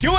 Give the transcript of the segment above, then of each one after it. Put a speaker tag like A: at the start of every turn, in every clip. A: ¿Qué hubo?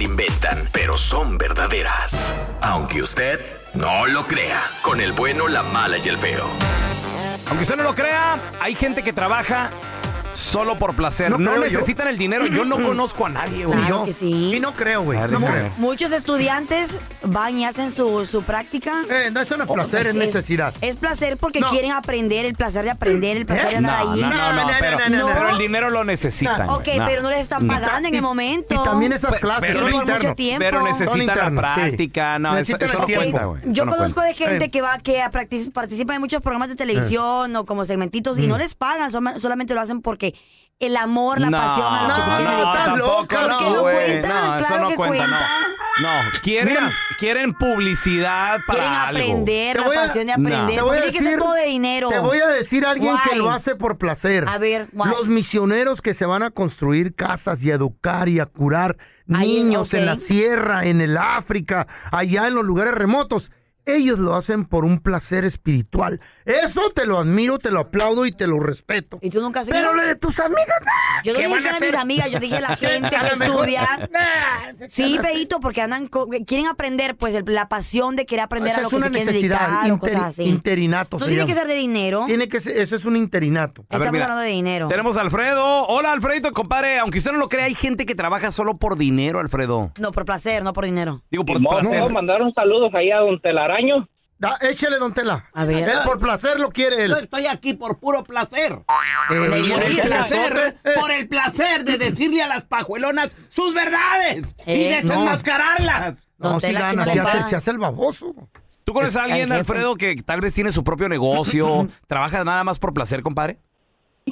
B: inventan, pero son verdaderas. Aunque usted no lo crea, con el bueno, la mala y el feo.
A: Aunque usted no lo crea, hay gente que trabaja solo por placer. No,
C: No creo yo.
A: necesitan el dinero. Yo no conozco a nadie, güey.
C: Y
D: Claro
C: yo-
D: que sí.
C: Y no creo, güey.
A: Ah,
C: No,
A: no
C: creo.
D: Muchos estudiantes van y hacen su, su práctica. Oh,
C: Eh, no, eso no es placer, es
D: Sí.
C: necesidad.
D: Es placer porque
C: No.
D: quieren aprender, el placer de aprender, el placer de
C: ¿Eh?
D: andar ahí.
A: No, no, no,
C: No, no,
A: pero,
D: no, no,
A: pero
D: no.
A: el dinero lo necesitan.
D: Ok,
A: güey. No. Pues,
D: pero no les están pagando en el momento.
C: Y también esas
A: Pe-
C: clases
A: pero
C: son
A: por mucho
C: internos.
D: tiempo.
A: Pero
D: Son
A: necesitan la
C: internos, sí.
A: práctica. No, eso,
C: Necesitan
A: eso
C: el
A: no
C: tiempo.
A: cuenta, güey. Eso
D: Yo
A: no
D: conozco
A: cuenta.
D: de gente
C: Eh.
D: que va, que practic- participa en muchos programas de televisión o como segmentitos
C: Mm.
D: y no les pagan, soma- solamente lo hacen porque el amor, la
A: no,
D: pasión a lo que se
A: no,
D: quieren dedicar.
C: estás loco,
A: tampoco,
D: ¿Por qué no
A: güey,
D: cuentan?
A: no, eso
D: Claro
A: no
D: que
A: cuenta, no.
D: cuentan.
A: No, quieren,
C: Mira.
A: quieren publicidad para
D: Quieren
A: algo.
D: aprender,
C: Te
D: la
C: voy a-
D: pasión de
A: No.
D: aprender.
C: Te
D: ¿Por
C: voy
D: qué
C: a
D: tiene que ser
C: decir-
D: todo de dinero?
C: Te voy a decir a alguien que
D: Why?
C: lo hace por placer.
D: A ver, why?
C: los misioneros que se van a construir casas y a educar y a curar
D: Ahí,
C: niños
D: ok.
C: en la sierra, en el África, allá en los lugares remotos. Ellos lo hacen por un placer espiritual. Eso te lo admiro, te lo aplaudo y te lo respeto.
D: Y tú nunca has
C: Pero lo de tus amigas, ¡ah!
D: Yo no
C: ¿Qué
D: dije
C: van
D: que
C: a
D: eran
C: hacer?
D: mis amigas, yo dije la gente
C: A lo
D: que
C: mejor-
D: estudia.
C: ¡Ah!
D: Sí, Peito, porque andan, co- quieren aprender, pues, el- la pasión de querer aprender
C: Esa
D: a lo
C: es
D: que
C: una
D: se quieren
C: necesidad,
D: dedicar o
C: interi-
D: cosas así.
C: interinato
D: No
C: se
D: tiene
C: llama.
D: que ser de dinero.
C: Tiene que ser, ese es un interinato.
A: A ver,
D: Estamos
A: mira,
D: hablando de dinero.
A: Tenemos a Alfredo. Hola, Alfredito, compadre. Aunque usted no lo crea, hay gente que trabaja solo por dinero, Alfredo.
D: No, por placer, no por dinero.
A: Digo, por
E: Simón,
A: placer.
E: ¿puedo mandar un saludo ahí a don Telaraño?
C: Da- échele, don Tela.
D: A ver.
C: Él por placer lo quiere él.
F: Yo estoy aquí por puro placer.
C: Eh,
F: Por el
C: este
F: placer,
C: besote, eh.
F: por el placer de decirle a las pajuelonas sus verdades y
D: Eh,
F: desenmascararlas.
D: Don
C: No, si
D: Tela, que
C: gana,
D: no
C: si
D: le
C: hace,
D: pagan.
C: si hace el baboso.
A: ¿Tú conoces a alguien,
D: jefe.
A: Alfredo, que tal vez tiene su propio negocio, trabaja nada más por placer, compadre?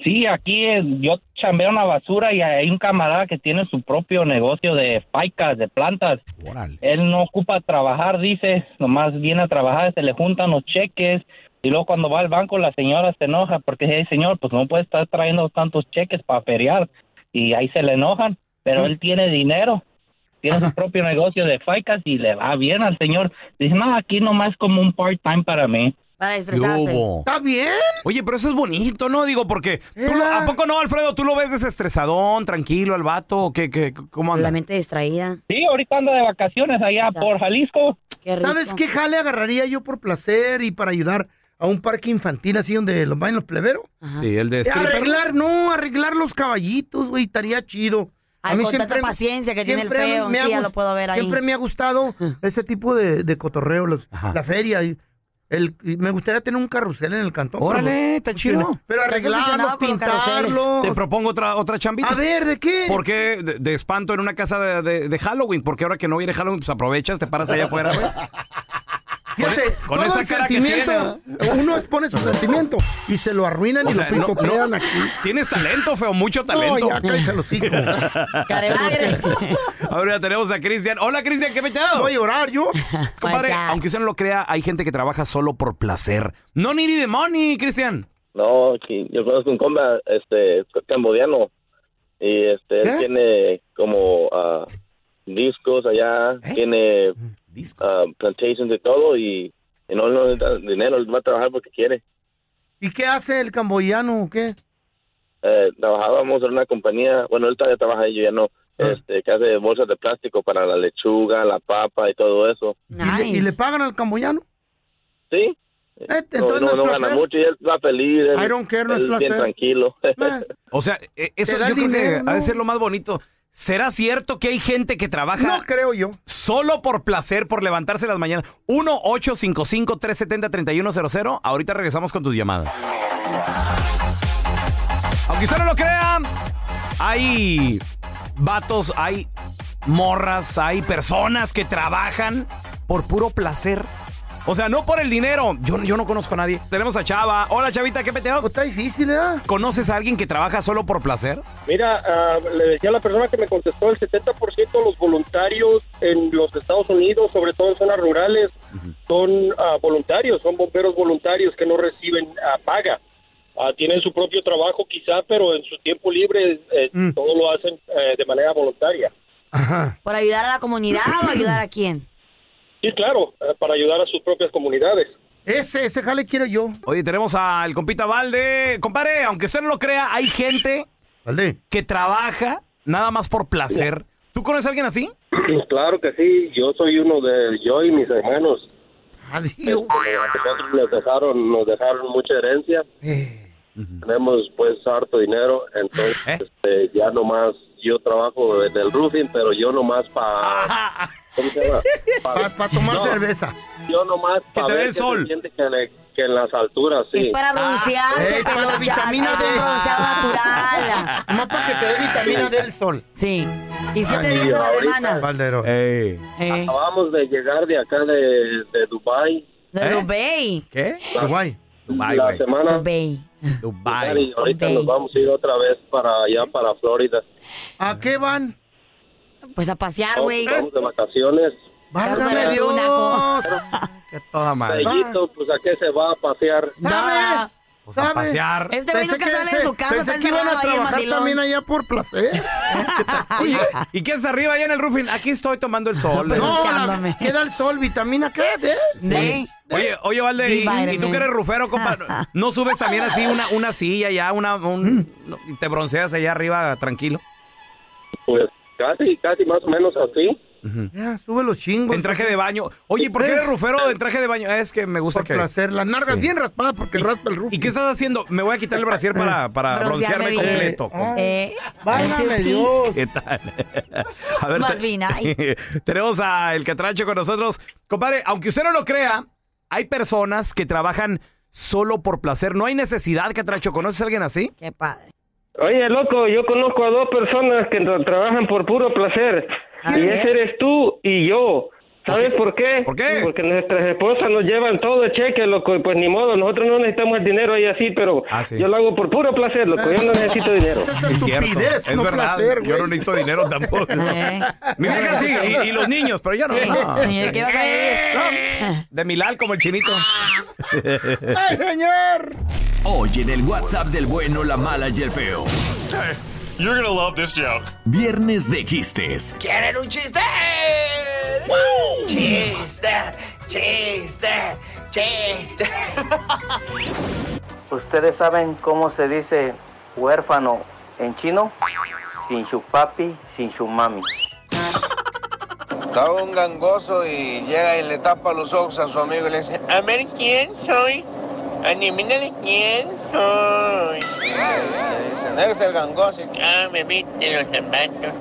E: Sí, aquí es, yo chambeo una basura y hay un camarada que tiene su propio negocio de faicas, de plantas.
A: Órale.
E: Él no ocupa trabajar, dice, nomás viene a trabajar, se le juntan los cheques y luego cuando va al banco la señora se enoja porque dice, señor, pues no puede estar trayendo tantos cheques para feriar y ahí se le enojan, pero él tiene dinero. Tiene su propio negocio de faicas y le va bien al señor. Dice, no, aquí nomás como un part-time para mí.
D: Para
A: ¿Qué
D: estresarse.
A: hubo?
C: ¿Está bien?
A: Oye, pero eso es bonito, ¿no? Digo, porque... tú lo- ¿A poco no, Alfredo? ¿Tú lo ves desestresadón, tranquilo, al vato? ¿O qué, qué, ¿Cómo anda?
D: La mente distraída.
E: Sí, ahorita anda de vacaciones allá
D: Ya.
E: por Jalisco.
D: Qué rico.
C: ¿Sabes qué jale agarraría yo por placer y para ayudar a un parque infantil así donde los van los pleberos?
D: Ajá.
A: Sí, el de...
C: Eh,
A: stripper.
C: arreglar, no, arreglar los caballitos, güey, estaría chido.
D: Ay, con tanta paciencia que tiene el
C: siempre
D: feo,
C: me ha
D: sí, ya
C: gust-
D: lo puedo ver ahí.
C: Siempre me ha gustado ese tipo de, de cotorreo, los-
A: Ajá.
C: la feria. y el- y me gustaría tener un carrusel en el cantón.
A: Órale, está
C: pero-
A: chido.
C: Pero
D: Estás obsesionado
C: arreglarlo,
D: con los carruseles.
C: pintarlo.
A: Te propongo otra, otra chambita.
C: A ver, ¿de qué?
A: ¿Por qué de, de espanto en una casa de, de- de Halloween? Porque ahora que no viene Halloween, pues aprovechas, te paras allá afuera, güey.
C: Fíjate,
A: Con- con
C: todo
A: esa
C: el
A: cara que
C: sentimiento, uno expone su sentimiento y se lo arruinan
A: O
C: y
A: sea,
C: lo
A: no-
C: pisotean
A: no-
C: aquí.
A: Tienes talento, feo, mucho talento.
C: No, ya cállese los hocico.
D: Caremagre.
A: Ahora tenemos a Cristian. Hola, Cristian, ¿qué petado?
C: Voy a llorar yo.
A: Compadre,
D: Vaya.
A: aunque usted no lo crea, hay gente que trabaja solo por placer. No needy the money, Cristian.
G: No, que yo conozco un compa este, cambodiano y este, él
C: ¿Eh?
G: tiene como ah, discos allá,
C: ¿Eh?
G: tiene
C: Mm,
G: ah, plantations de todo y, y no, no le da dinero, él va a trabajar porque quiere.
C: ¿Y qué hace el camboyano o qué?
G: Eh, trabajábamos en una compañía, bueno, él todavía trabaja ahí, yo ya no,
C: Ah.
G: este, que hace bolsas de plástico para la lechuga, la papa y todo eso.
C: ¿Y le, y le
D: Nice.
C: pagan al camboyano?
G: ¿Sí?
C: Eh,
G: No,
C: entonces
G: no,
C: no,
G: no
C: es
G: gana
C: placer.
G: mucho y él va feliz, él,
C: I don't care, no es
G: él bien
C: placer.
G: tranquilo.
C: Eh,
A: O sea, eh, eso
C: Te
A: yo
C: da
A: creo que
C: dinero,
A: ha de
C: ¿no?
A: ser lo más bonito. ¿Será cierto que hay gente que trabaja
C: No creo yo.
A: solo por placer, por levantarse las mañanas? 1-855-370-3100. Ahorita regresamos con tus llamadas. Aunque usted no lo crea, hay vatos, hay morras, hay personas que trabajan por puro placer. O sea, no por el dinero. Yo, yo no conozco a nadie. Tenemos a Chava. Hola, Chavita, ¿qué peteo?
C: Está difícil, ¿eh?
A: ¿Conoces a alguien que trabaja solo por placer?
H: Mira, ah, le decía a la persona que me contestó, el 70% de los voluntarios en los Estados Unidos, sobre todo en zonas rurales, son ah, voluntarios, son bomberos voluntarios que no reciben ah, paga. Ah, tienen su propio trabajo quizá, pero en su tiempo libre eh, todo lo hacen eh, de manera voluntaria.
C: Ajá.
D: ¿Por ayudar a la comunidad o ayudar a quién?
H: Sí, claro, eh, para ayudar a sus propias comunidades.
C: Ese, ese jale quiero yo.
A: Oye, tenemos al compita Valde. Compare, aunque usted no lo crea, hay gente
C: Vale.
A: que trabaja nada más por placer. ¿Tú conoces a alguien así?
H: Claro que sí, yo soy uno de, yo y mis hermanos, Este,
C: Adiós.
H: nosotros nos dejaron, nos dejaron mucha herencia.
C: Eh,
H: tenemos pues harto dinero, entonces
A: ¿Eh?
H: este, ya nomás yo trabajo en el roofing, pero yo nomás para ¿cómo se llama? Pa-
C: Para tomar
H: No,
C: cerveza.
H: Yo nomás
A: Que
H: para
A: te dé
H: ver
A: el
H: que
A: sol.
H: se siente que en, el- que en las alturas,
D: Es
H: sí.
A: Ah,
D: para broncearse,
C: eh, para
D: pero
C: la
D: ya
C: vitamina
D: es
C: D.
D: un bronceado natural.
C: Más para Pues que te dé vitamina D del sol.
D: Sí. Y siete
C: Ay,
D: días a la
H: ahorita.
D: semana.
C: Valdero.
A: Ey.
D: Eh,
H: Acabamos de llegar de acá de, de Dubai
D: de
A: ¿Eh?
D: Dubai.
A: ¿Qué?
C: Guay.
A: Dubai,
H: la
A: güey.
H: semana
D: Dubai.
A: Dubai.
H: y ahorita
D: Dubai.
H: nos vamos a ir otra vez para allá para Florida.
C: ¿A qué van?
D: Pues a pasear, güey.
H: Vamos de vacaciones.
C: ¡Válgame
D: Pero
C: Dios!
D: una
A: Qué toda madre.
H: Bellito, pues a qué se va a pasear.
C: ¿Sabes?
A: Pues a
C: ¿Sabe?
A: pasear.
D: Este güey
C: Pensé
D: nunca
C: que-
D: sale de
C: se-
D: su casa, está
C: pensé que iban
D: encerrado
C: a
D: ahí en
C: trabajar también
D: mandilón.
C: allá por placer.
A: Oye, ¿y quién se arriba allá en el roofing? Aquí estoy tomando el sol.
C: no,
D: Bronceándome.
C: la, queda el sol, vitamina qué, D.
D: Sí.
A: Oye, oye, Valde, ¿y,
D: Vitamin.
A: y tú que eres rufero, compa? ¿no- ¿No subes también así una, una silla ya, una,
C: Mm.
A: un, no, y te bronceas allá arriba tranquilo?
H: Pues casi, casi más o menos así.
C: Ya, Ah, sube los chingos.
A: En traje de baño. Oye, ¿por qué eres rufero en traje de baño? Es que me gusta
C: por
A: que...
C: placer. Las nargas
A: Sí.
C: bien raspadas porque raspa el rufo.
A: ¿Y qué estás haciendo? Me voy a quitar el brasier para, para
D: Broncearme
A: broncearme
D: bien.
A: completo. Eh, compa.
D: Eh,
C: Válgame
D: Two
C: Dios.
A: ¿Qué
D: piece.
A: tal? A ver,
D: Más
A: te-
D: bien, ay.
A: tenemos a El Catracho con nosotros. Compadre, aunque usted no lo crea, hay personas que trabajan solo por placer. No hay necesidad, Catracho. ¿Conoces a alguien así?
D: Qué padre.
I: Oye, loco, yo conozco a dos personas que tra- trabajan por puro placer. Y ese eres tú y yo. ¿Sabes por qué?
A: Ah, ¿Por qué?
I: Porque nuestras esposas nos llevan todo el cheque, loco, y pues ni modo, nosotros no necesitamos el dinero ahí así, pero
A: Ah, sí.
I: yo lo hago por puro placer, loco, yo no necesito dinero.
C: Esa es
A: Es cierto.
C: estupidez,
A: Es
C: no
A: verdad.
C: placer,
A: yo
C: güey.
A: no necesito dinero tampoco.
D: Eh.
A: Mi vieja sí, y, y los niños, pero yo no. No.
D: ¿Y de qué vas a vivir?
A: De Milal como el chinito.
C: ¡Ay, señor!
B: Hoy en el WhatsApp del bueno, la mala y el feo.
J: You're gonna love this joke.
B: Viernes de chistes.
F: ¿Quieren un chiste? Chiste, chiste, chiste.
K: ¿Ustedes saben cómo se dice huérfano en chino? Sin su papi, sin su mami.
J: Estaba un gangoso y llega y le tapa los ojos a su amigo y le dice, a ver quién soy, adivina de quién soy. Y le dicen, eres el gangoso. Y, Ah, me viste los zapatos.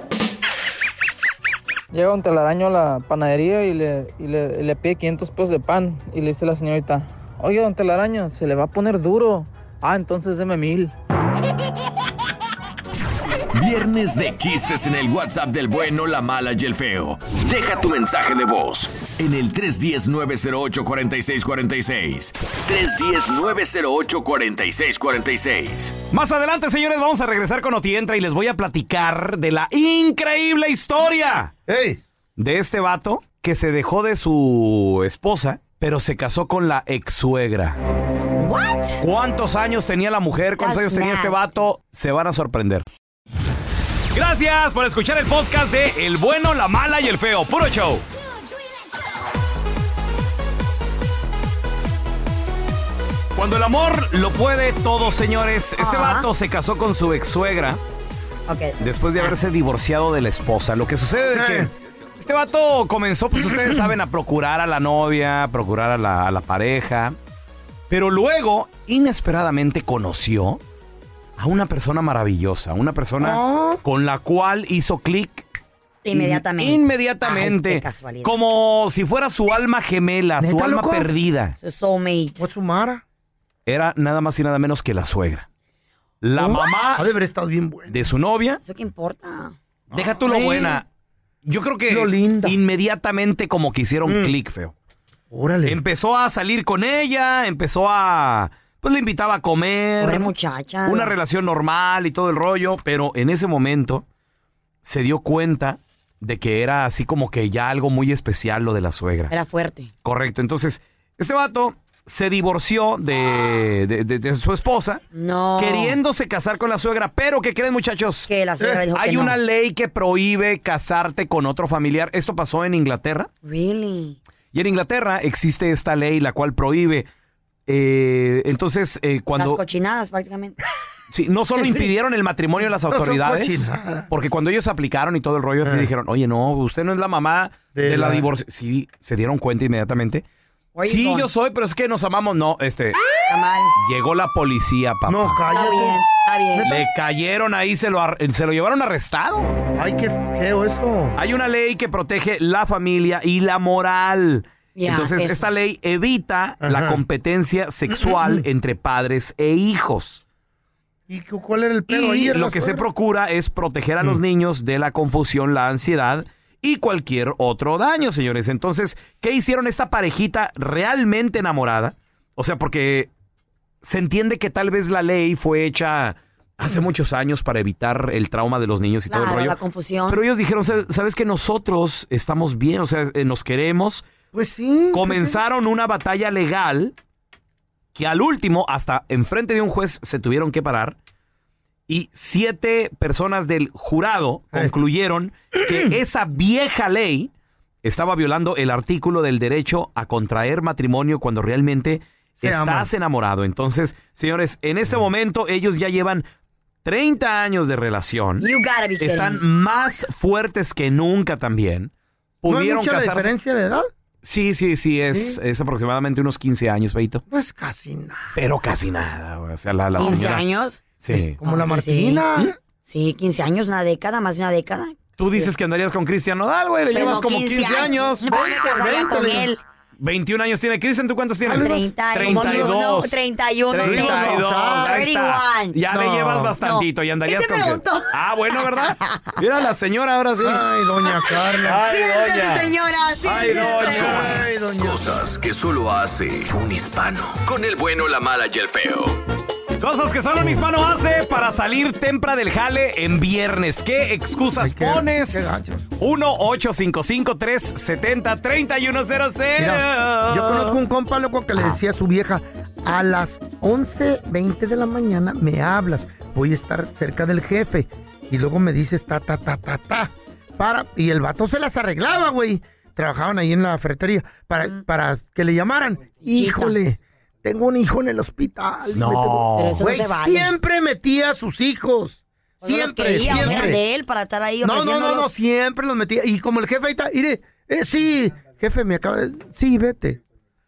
K: Llega un telaraño a la panadería y le, y le, y le pide 500 pesos de pan. Y le dice la señorita, oye, don telaraño, se le va a poner duro. Ah, entonces deme mil.
B: Viernes de chistes en el WhatsApp del bueno, la mala y el feo. Deja tu mensaje de voz en el 310-908-4646. 310-908-4646.
A: Más adelante, señores, vamos a regresar con Otientra y les voy a platicar de la increíble historia
C: ¡Ey!
A: de este vato que se dejó de su esposa, pero se casó con la ex suegra.
D: ¿What?
A: ¿Cuántos años tenía la mujer? ¿Cuántos
D: That's
A: años tenía este
D: nasty.
A: vato? Se van a sorprender. Gracias por escuchar el podcast de El Bueno, la Mala y el Feo. Puro show. Cuando el amor lo puede todo, señores. Este
D: Ajá.
A: vato se casó con su ex suegra
D: Ok. Ah. Eh.
A: después de haberse divorciado de la esposa. Lo que sucede es que este vato comenzó, pues ustedes saben, a procurar a la novia, a procurar a la, a la pareja. Pero luego, inesperadamente, conoció a una persona maravillosa, una persona
D: Ah.
A: con la cual hizo clic.
D: Eh, Inmediatamente.
A: Inmediatamente.
D: Ay, qué casualidad.
A: Como si fuera su alma gemela, su
C: ¿Neta,
A: alma
C: loco?
A: perdida.
D: Su soulmate.
C: ¿What's Mara?
A: Era nada más y nada menos que la suegra. La mamá
C: Oh, Ha de haber estado bien bueno.
A: de su novia
D: ¿Eso qué importa?
A: Deja tú lo buena. Yo creo que
C: Lo linda. Mm.
A: inmediatamente como que hicieron clic, feo.
C: Órale.
A: Empezó a salir con ella, empezó a... Pues le invitaba a comer.
D: Pobre muchacha.
A: Una relación normal y todo el rollo, pero en ese momento se dio cuenta de que era así como que ya algo muy especial lo de la suegra.
D: Era fuerte.
A: Correcto. Entonces, este vato se divorció de, de- de- de su esposa.
D: No.
A: Queriéndose casar con la suegra. Pero, ¿qué creen, muchachos? Eh,
D: Que la suegra dijo que
A: Hay
D: no.
A: una ley que prohíbe casarte con otro familiar. Esto pasó en Inglaterra.
D: Really.
A: Y en Inglaterra existe esta ley la cual prohíbe. eh, entonces, eh,
D: Las
A: cuando.
D: cochinadas prácticamente.
A: Sí, no solo
D: Sí.
A: impidieron el matrimonio a las
D: No son
A: autoridades,
D: cochinadas.
A: porque cuando ellos aplicaron y todo el rollo, así
D: Eh.
A: dijeron, oye, no, usted no es la mamá de,
C: De
A: la,
C: la-
A: divorcio. Sí, se dieron cuenta inmediatamente.
D: Oye,
A: sí,
D: con-
A: yo soy, pero es que nos amamos. No, este,
D: Está mal.
A: llegó la policía, papá.
C: No,
D: Está bien,
C: cállate.
D: está bien.
A: Le cayeron ahí, se lo, ar- se lo llevaron arrestado.
C: Ay, qué feo eso.
A: Hay una ley que protege la familia y la moral.
C: Ya,
A: Entonces,
C: eso.
A: esta ley evita la
C: Ajá.
A: competencia sexual entre padres e hijos.
C: ¿Y cu- cuál era el pedo ahí?
A: Y
C: Era
A: lo
C: la
A: que se
C: suegra.
A: procura es proteger a los niños de la confusión, la ansiedad y cualquier otro daño, señores. Entonces, ¿qué hicieron esta parejita realmente enamorada? O sea, porque se entiende que tal vez la ley fue hecha hace
C: Mm.
A: muchos años para evitar el trauma de los niños y todo
D: Claro,
A: el rollo.
D: la confusión.
A: Pero ellos dijeron, "Sa- ¿sabes que nosotros estamos bien? O sea, eh, nos queremos. Pues sí. Comenzaron una batalla legal que al último, hasta enfrente de un juez, se tuvieron que parar. Y siete personas del jurado concluyeron que esa vieja ley estaba violando el artículo del derecho a contraer matrimonio cuando realmente
C: Se
A: estás
C: aman.
A: enamorado. Entonces, señores, en este momento ellos ya llevan 30 años de relación.
D: You gotta be kidding
A: Están
D: me.
A: más fuertes que nunca
C: ¿No
A: también.
C: hay
A: Pudieron
C: mucha la
A: casarse.
C: diferencia de edad?
A: Sí, sí, sí, es, es aproximadamente unos 15 años, Feito.
C: Pues casi nada.
A: Pero casi nada, güey. O sea, la, la
D: 15
A: señora-
D: años.
A: Sí.
C: Como la
D: No, sí, sí.
C: Martina.
D: Sí, 15 años, una década, más de una década.
A: Tú dices que andarías con Cristian Nodal, güey. Le
D: Pero
A: llevas como
D: 15
A: 15 años.
D: No, me casaría
C: 20,
D: con
C: le-
D: él.
A: 21 años tiene Cristian. ¿Tú cuántos tienes?
D: 30, 31, 31,
A: 32. ahí está.
D: 31.
A: Ya le
C: No.
A: llevas bastantito y andarías
D: ¿Qué te
A: con.
D: preguntó?
A: Ah, bueno, ¿verdad? Mira la señora ahora sí.
C: Ay, doña Carla.
A: Ay,
D: Siéntese,
A: doña.
D: señora,
A: Ay,
D: siéntese.
A: doña.
C: Ay, doña.
B: Cosas que solo hace un hispano. Con el bueno, la mala y el feo.
A: Cosas que solo un hispano hace para salir temprano del jale en viernes. ¿Qué excusas
C: Ay, qué-
A: pones?
C: qué gacho.
A: 1-855-370-3100.
C: Mira, yo conozco un compa loco que le decía a su vieja, a las 11, 20 de la mañana me hablas, voy a estar cerca del jefe. Y luego me dices, ta, ta, ta, ta, ta. Para, y el vato se las arreglaba, güey. Trabajaban ahí en la ferretería para, para que le llamaran. Híjole, tengo un hijo en el hospital.
A: No.
C: Tengo-
D: Pero eso no
C: Güey,
D: se vale.
C: siempre metía a sus hijos.
D: Pues no los
C: Siempre,
D: quería, o eran
C: siempre.
D: de él para estar ahí
C: No, no, no, no,
D: ofreciéndolos.
C: siempre los metía. Y como el jefe ahí está, mire, eh, sí, jefe, me acaba de... Sí, vete.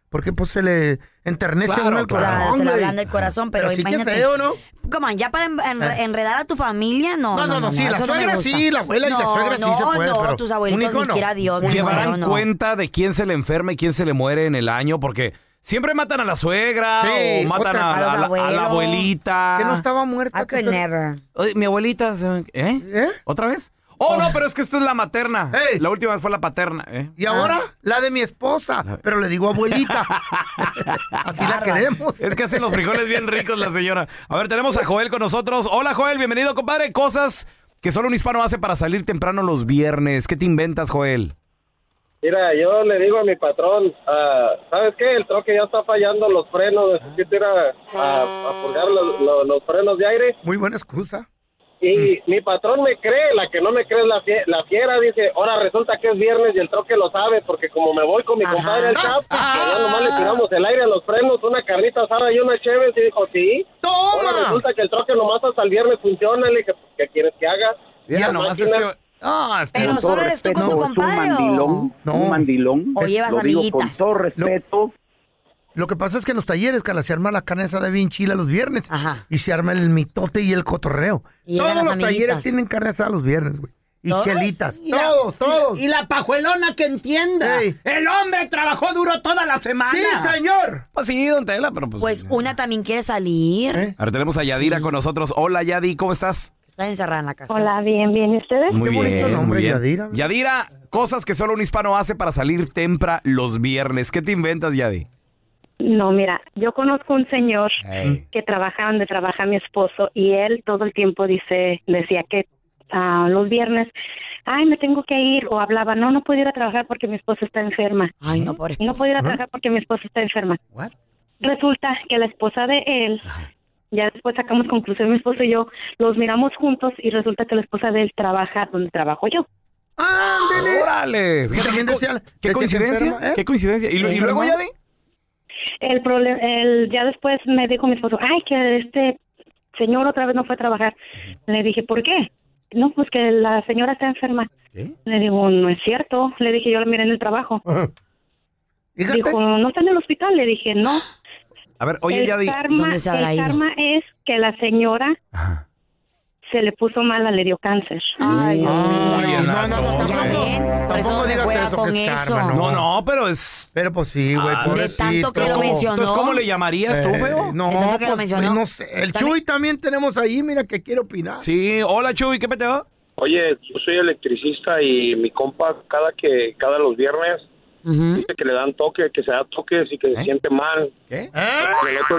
C: Porque pues se le enternece
A: Claro,
C: uno el
A: claro.
D: Claro,
C: corazón,
D: se le
C: güey.
D: hablan del corazón, pero,
C: Pero sí que
D: imagínate.
C: feo, ¿no?
D: Come on, ya para en- en-
C: Eh.
D: enredar a tu familia, no.
C: No, no, no, sí, la
D: eso no me
C: suegra
D: gusta.
C: sí, la abuela y la
D: No,
C: suegra sí se puede,
D: No, no,
C: pero
D: tus
C: un
D: abuelitos
C: hijo
D: ni
C: no.
D: quiera Dios. me muero,
A: Llevarán
D: no.
A: cuenta de quién se le enferma y quién se le muere en el año, porque siempre matan a la suegra
C: Sí,
A: o matan
C: otra-
A: a,
D: a los
A: a la- a la
D: abuelos.
A: abuelita.
C: Que no estaba muerta.
D: I could
C: que-
D: never.
A: Oye, mi abuelita, se me- ¿eh?
C: ¿Eh?
A: ¿Otra vez? Oh, no, pero es que esta es la materna.
C: Ey.
A: La última fue la paterna. ¿eh?
C: Y ahora,
D: Ah.
C: la de mi esposa, pero le digo abuelita. Así la queremos.
A: Es que hace los frijoles bien ricos la señora. A ver, tenemos a Joel con nosotros. Hola, Joel, bienvenido, compadre. Cosas que solo un hispano hace para salir temprano los viernes. ¿Qué te inventas, Joel?
H: Mira, yo le digo a mi patrón, ah, ¿sabes qué? El troque ya está fallando los frenos, necesito ir a, a- a pulgar los, los- los frenos de aire.
C: Muy buena excusa.
H: Y
C: Mm.
H: mi patrón me cree, la que no me cree es la, fie- la fiera, dice, ahora resulta que es viernes y el troque lo sabe, porque como me voy con mi compadre el Chapo,
E: pues
C: Ah.
H: allá nomás le tiramos el aire a los frenos, una carnita asada y una chévere, y dijo, sí. Ahora
C: ¡Toma!
H: resulta que el troque nomás hasta el viernes funciona, le dije, "Pues, ¿qué quieres que haga?
A: Ya,
H: La
A: nomás
H: máquina-
A: este- Ah, este-
D: Pero solo eres tú con tu compadre. ¿o?
C: No.
L: mandilón.
D: O llevas amiguitas.
L: respeto.
C: Lo que pasa es que en los talleres, Carla, se arma la carne asada bien chila los viernes.
D: Ajá.
C: Y se arma el mitote y el cotorreo.
D: Y
C: todos
D: llegan
C: los
D: las
C: talleres
D: amiguitas.
C: tienen carne asada los viernes, güey. Y
D: ¿Todos?
C: chelitas.
F: Y la-
C: Todos, todos.
F: Y la pajuelona que entienda.
C: Ey.
F: El hombre trabajó duro toda la semana.
C: ¡Sí, señor!
A: Pues sí, don Tela, pero pues.
D: Pues una también quiere salir.
C: ¿Eh?
A: Ahora tenemos a Yadira con nosotros. Hola, Yadi, ¿cómo estás?
D: Está encerrada en la casa.
M: Hola, bien, bien. ¿Y ustedes?
A: Muy
C: bonito nombre, Yadira.
A: Yadira, Cosas que solo un hispano hace para salir tempra los viernes. ¿Qué te inventas, Yadi?
L: No, mira, yo conozco un señor
A: Ey.
L: que trabaja donde trabaja mi esposo y él todo el tiempo dice, decía que ah, los viernes, ay, me tengo que ir o hablaba, no, no puedo ir a trabajar porque mi esposa está enferma.
D: Ay, no, pobre.
L: No puedo ir a
D: Ajá.
L: trabajar porque mi esposa está enferma. Resulta que la esposa de él, ya después sacamos conclusión mi esposo y yo, los miramos juntos y resulta que la esposa de él trabaja donde trabajo yo.
F: Ah.
A: ¡Órale! Fíjate
C: También
A: qué, co-
C: decía-
A: qué
C: decía
A: coincidencia.
C: enferma, ¿eh?
A: ¿Qué coincidencia? ¿Y, lu- y luego,
L: Enferma.
A: Yadi?
L: El problema, el, ya después me dijo mi esposo, ay, que este señor otra vez no fue a trabajar. Le dije, ¿por qué? No, pues que la señora está enferma. Le digo, no es cierto. Le dije, yo la miré en el trabajo. Dijo, ¿no está en el hospital? Le dije, no.
A: A ver, oye,
L: el
A: Yadi.
L: karma- el karma es que la señora se le puso mala, le dio cáncer.
D: Ay,
C: no, no, no, tampoco, tampoco digas
D: juega
C: eso,
D: con
C: que es
D: eso.
C: karma,
A: No, no, pero es.
C: Pero pues sí, güey, Eh,
A: Ah, de tanto que lo mencionó. Entonces, ¿cómo le llamarías tú, feo?
C: No,
A: De tanto que lo
C: pues,
A: mencionó.
C: güey, no sé. El Chuy también tenemos ahí, mira que quiere opinar.
A: Sí, hola Chuy, ¿qué peteo?
H: Oye, yo soy electricista y mi compa cada que cada los viernes
A: ¿Mm?
H: dice que le dan toque, que se da toques y que
A: ¿Eh?
H: se siente mal.
A: ¿Qué?
H: El otro,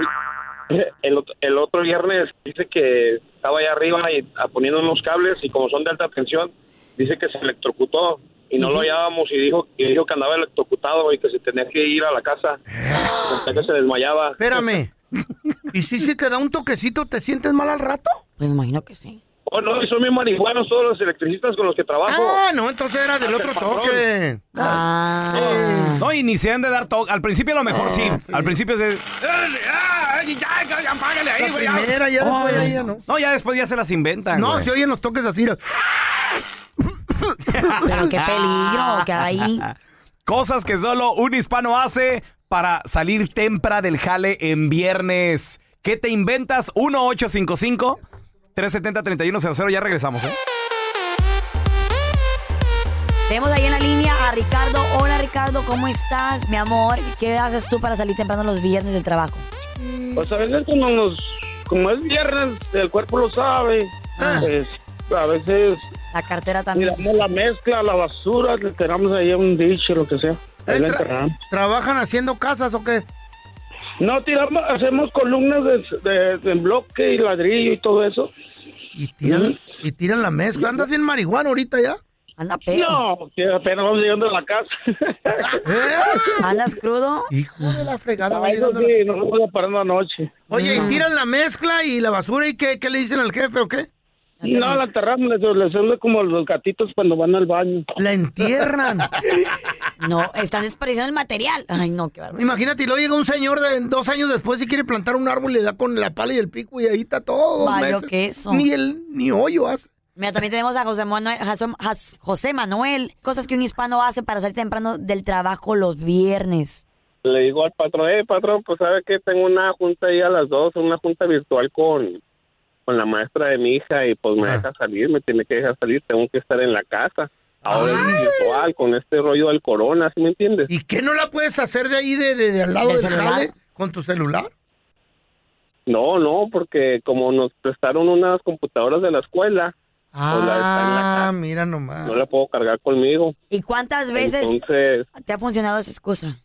H: el ot- el otro viernes dice que estaba allá arriba y a- poniendo unos cables y como son de alta tensión, dice que se electrocutó y no
N: ¿Y
H: lo
N: sí?
H: hallábamos y dijo y dijo que andaba electrocutado y que se tenía que ir a la casa. Hasta que se desmayaba.
C: Espérame. ¿Y si se te da un toquecito, te sientes mal al rato?
D: Pues me imagino que sí.
H: Oh, no, y son mis marihuanos todos los electricistas con los que trabajo.
C: Ah, no, entonces era del otro toque.
D: Ah,
A: No, y ni se han de dar toque. Al principio a lo
C: Eh,
A: mejor sí. Al principio se.
C: La primera, ya después
A: Ay,
C: de ella, ¿no?
A: No, ya después ya se las inventan.
C: No,
A: güey.
C: se oyen los toques así.
D: Pero qué peligro que hay.
A: Cosas que solo un hispano hace para salir temprano del jale en viernes. ¿Qué te inventas? 1-855-370-3100. Ya regresamos, ¿eh?
D: Tenemos ahí en la línea a Ricardo. Hola Ricardo, ¿cómo estás, mi amor? ¿Qué haces tú para salir temprano los viernes del trabajo?
N: Pues a veces como, nos, como es viernes, el cuerpo lo sabe.
C: Ah.
N: Pues, a veces...
D: La cartera
N: también. Miramos la mezcla, la basura, le tiramos ahí a un dicho, lo que sea. Ahí la enterramos.
C: ¿Trabajan haciendo casas o qué?
N: No, tiramos, hacemos columnas de, de- de bloque y ladrillo y todo eso.
C: ¿Y tiran, y tiran la mezcla? ¿Andas bien marihuana ahorita ya?
D: Anda
N: No, que apenas vamos llegando a la casa.
D: ¿Andas crudo?
C: ¿Eh? Hijo de la fregada, va
N: Ay, eso
C: llegando la-
N: sí, nos vamos a parar anoche.
C: Oye, ¿y tiran la mezcla y la basura y qué, qué le dicen al jefe o qué?
N: No, la enterramos, les, les sirve como los gatitos cuando van al baño.
C: La entierran.
D: No, están desperdiciando el material. Ay, no, qué bárbaro.
C: Imagínate, y luego llega un señor de dos años después y quiere plantar un árbol y le da con la pala y el pico y ahí está todo.
D: Valió
C: meses.
D: queso.
C: Ni el ni hoyo hace.
D: Mira, también tenemos a José Manuel, Jaso- Jas- José Manuel. Cosas que un hispano hace para salir temprano del trabajo los viernes.
H: Le digo al patrón, eh, patrón, pues sabe que tengo una junta ahí a las dos, una junta virtual con, con la maestra de mi hija y
C: Ah.
H: pues me deja salir, me tiene que dejar salir, tengo que estar en la casa. Ahora es virtual, con este rollo del corona, ¿sí me entiendes?
C: ¿Y qué no la puedes hacer de ahí, de, de- de al lado
H: ¿Del
C: del
H: celular?
C: jale, con tu celular?
H: No, no, porque como nos prestaron unas computadoras de la escuela, pues la está en la
C: Ah, mira nomás.
H: casa, no la puedo cargar conmigo.
D: ¿Y cuántas veces
H: Entonces,
D: te ha funcionado esa excusa?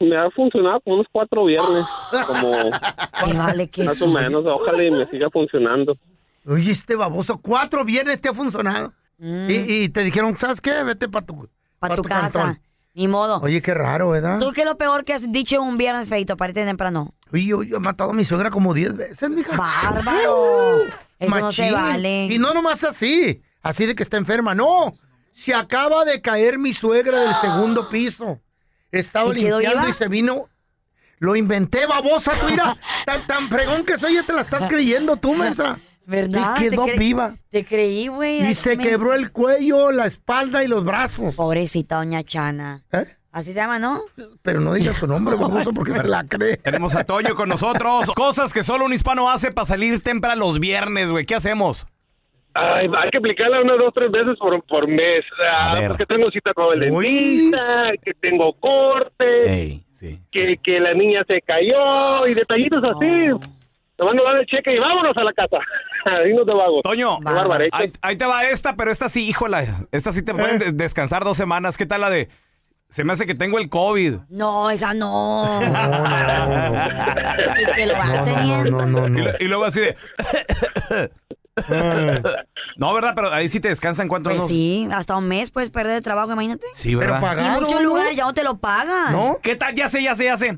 H: me ha funcionado como unos cuatro viernes, como
C: Ah.
D: vale que
H: más
D: eso.
H: o menos, ojalá y me siga funcionando.
C: Oye, este baboso, cuatro viernes te ha funcionado. Y, y te dijeron, ¿sabes qué? Vete para tu,
D: Para Mm. tu casa.
C: cantón".
D: Ni modo.
C: Oye, qué raro, ¿verdad?
D: ¿Tú qué es lo peor que has dicho un viernes feito para irte temprano?
C: Oye, yo, yo he matado a mi suegra como diez veces, mija.
D: ¡Bárbaro! Eso no se
C: Machín.
D: vale.
C: Y no nomás así, así de que está enferma, no. Se acaba de caer mi suegra del segundo piso. Estaba
D: ¿Y quedó
C: limpiando
D: viva?
C: y se vino. Lo inventé, babosa, tú mira. tan, tan fregón que soy, ya te la estás creyendo tú, mensa.
D: ¿Verdad?
C: Y quedó
D: Te cre-
C: viva.
D: Te creí, güey.
C: Y
D: Ay,
C: se
D: me-
C: quebró el cuello, la espalda y los brazos. ¿Eh?
D: Pobrecita doña Chana. Así se llama, ¿no?
C: Pero no digas su nombre, baboso, porque se la cree.
A: Tenemos a Toño con nosotros. Cosas que solo un hispano hace para salir temprano los viernes, güey. ¿Qué hacemos?
N: Ay, hay que aplicarla unas dos, tres veces por, por mes. Ah, porque tengo cita con el dentista, que tengo corte, que, que la niña se cayó y detallitos así.
M: Nomás nos dan el cheque y vámonos a la casa. Ahí nos de vagos.
A: Toño,
M: Qué barbaridad.
A: ahí, ahí te va esta, pero esta sí, híjola, esta sí te
D: Eh.
A: pueden des- descansar dos semanas. ¿Qué tal la de? Se me hace que tengo el COVID.
D: No, esa no. Y que lo vas teniendo.
A: Y, lo- y luego así de.
D: Eh.
A: no, ¿verdad? Pero ahí sí te descansan cuántos
D: Pues
A: unos-
D: sí, hasta un mes puedes perder el trabajo, imagínate.
A: Sí, ¿verdad? Pero pagado,
D: Y muchos
A: ¿no?
D: lugares ya no te lo pagan.
A: ¿Qué tal? Ya sé, ya sé, ya sé.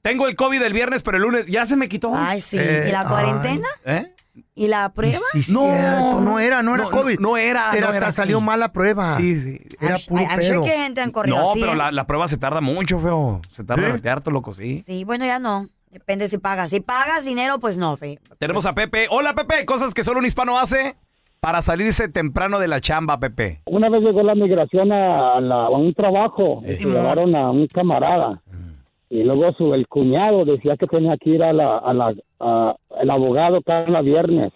A: Tengo el COVID el viernes, pero el lunes ya se me quitó.
D: Ay, sí. ¿Y la cuarentena?
A: ¿Eh?
D: ¿Y la prueba?
C: no, no era, no era
A: No,
C: COVID.
A: no era,
C: Era
A: no era,
C: hasta salió
A: sí.
C: mala prueba.
A: Sí, sí.
C: Era
D: I'm-
C: puro
D: I'm sure
C: pedo.
D: que gente han corrido
A: No,
D: así,
A: pero
D: ¿eh?
A: la, la prueba se tarda mucho, feo. Se tarda harto, loco, sí.
D: Sí, bueno, ya no. Depende si pagas. Si pagas dinero, pues no, fe.
A: Tenemos a Pepe. Hola, Pepe. Cosas que solo un hispano hace para salirse temprano de la chamba, Pepe.
O: Una vez llegó la migración a, la- a un trabajo, y llevaron a un camarada y luego su, el cuñado decía que tenía que ir a la, a la a- el abogado cada viernes.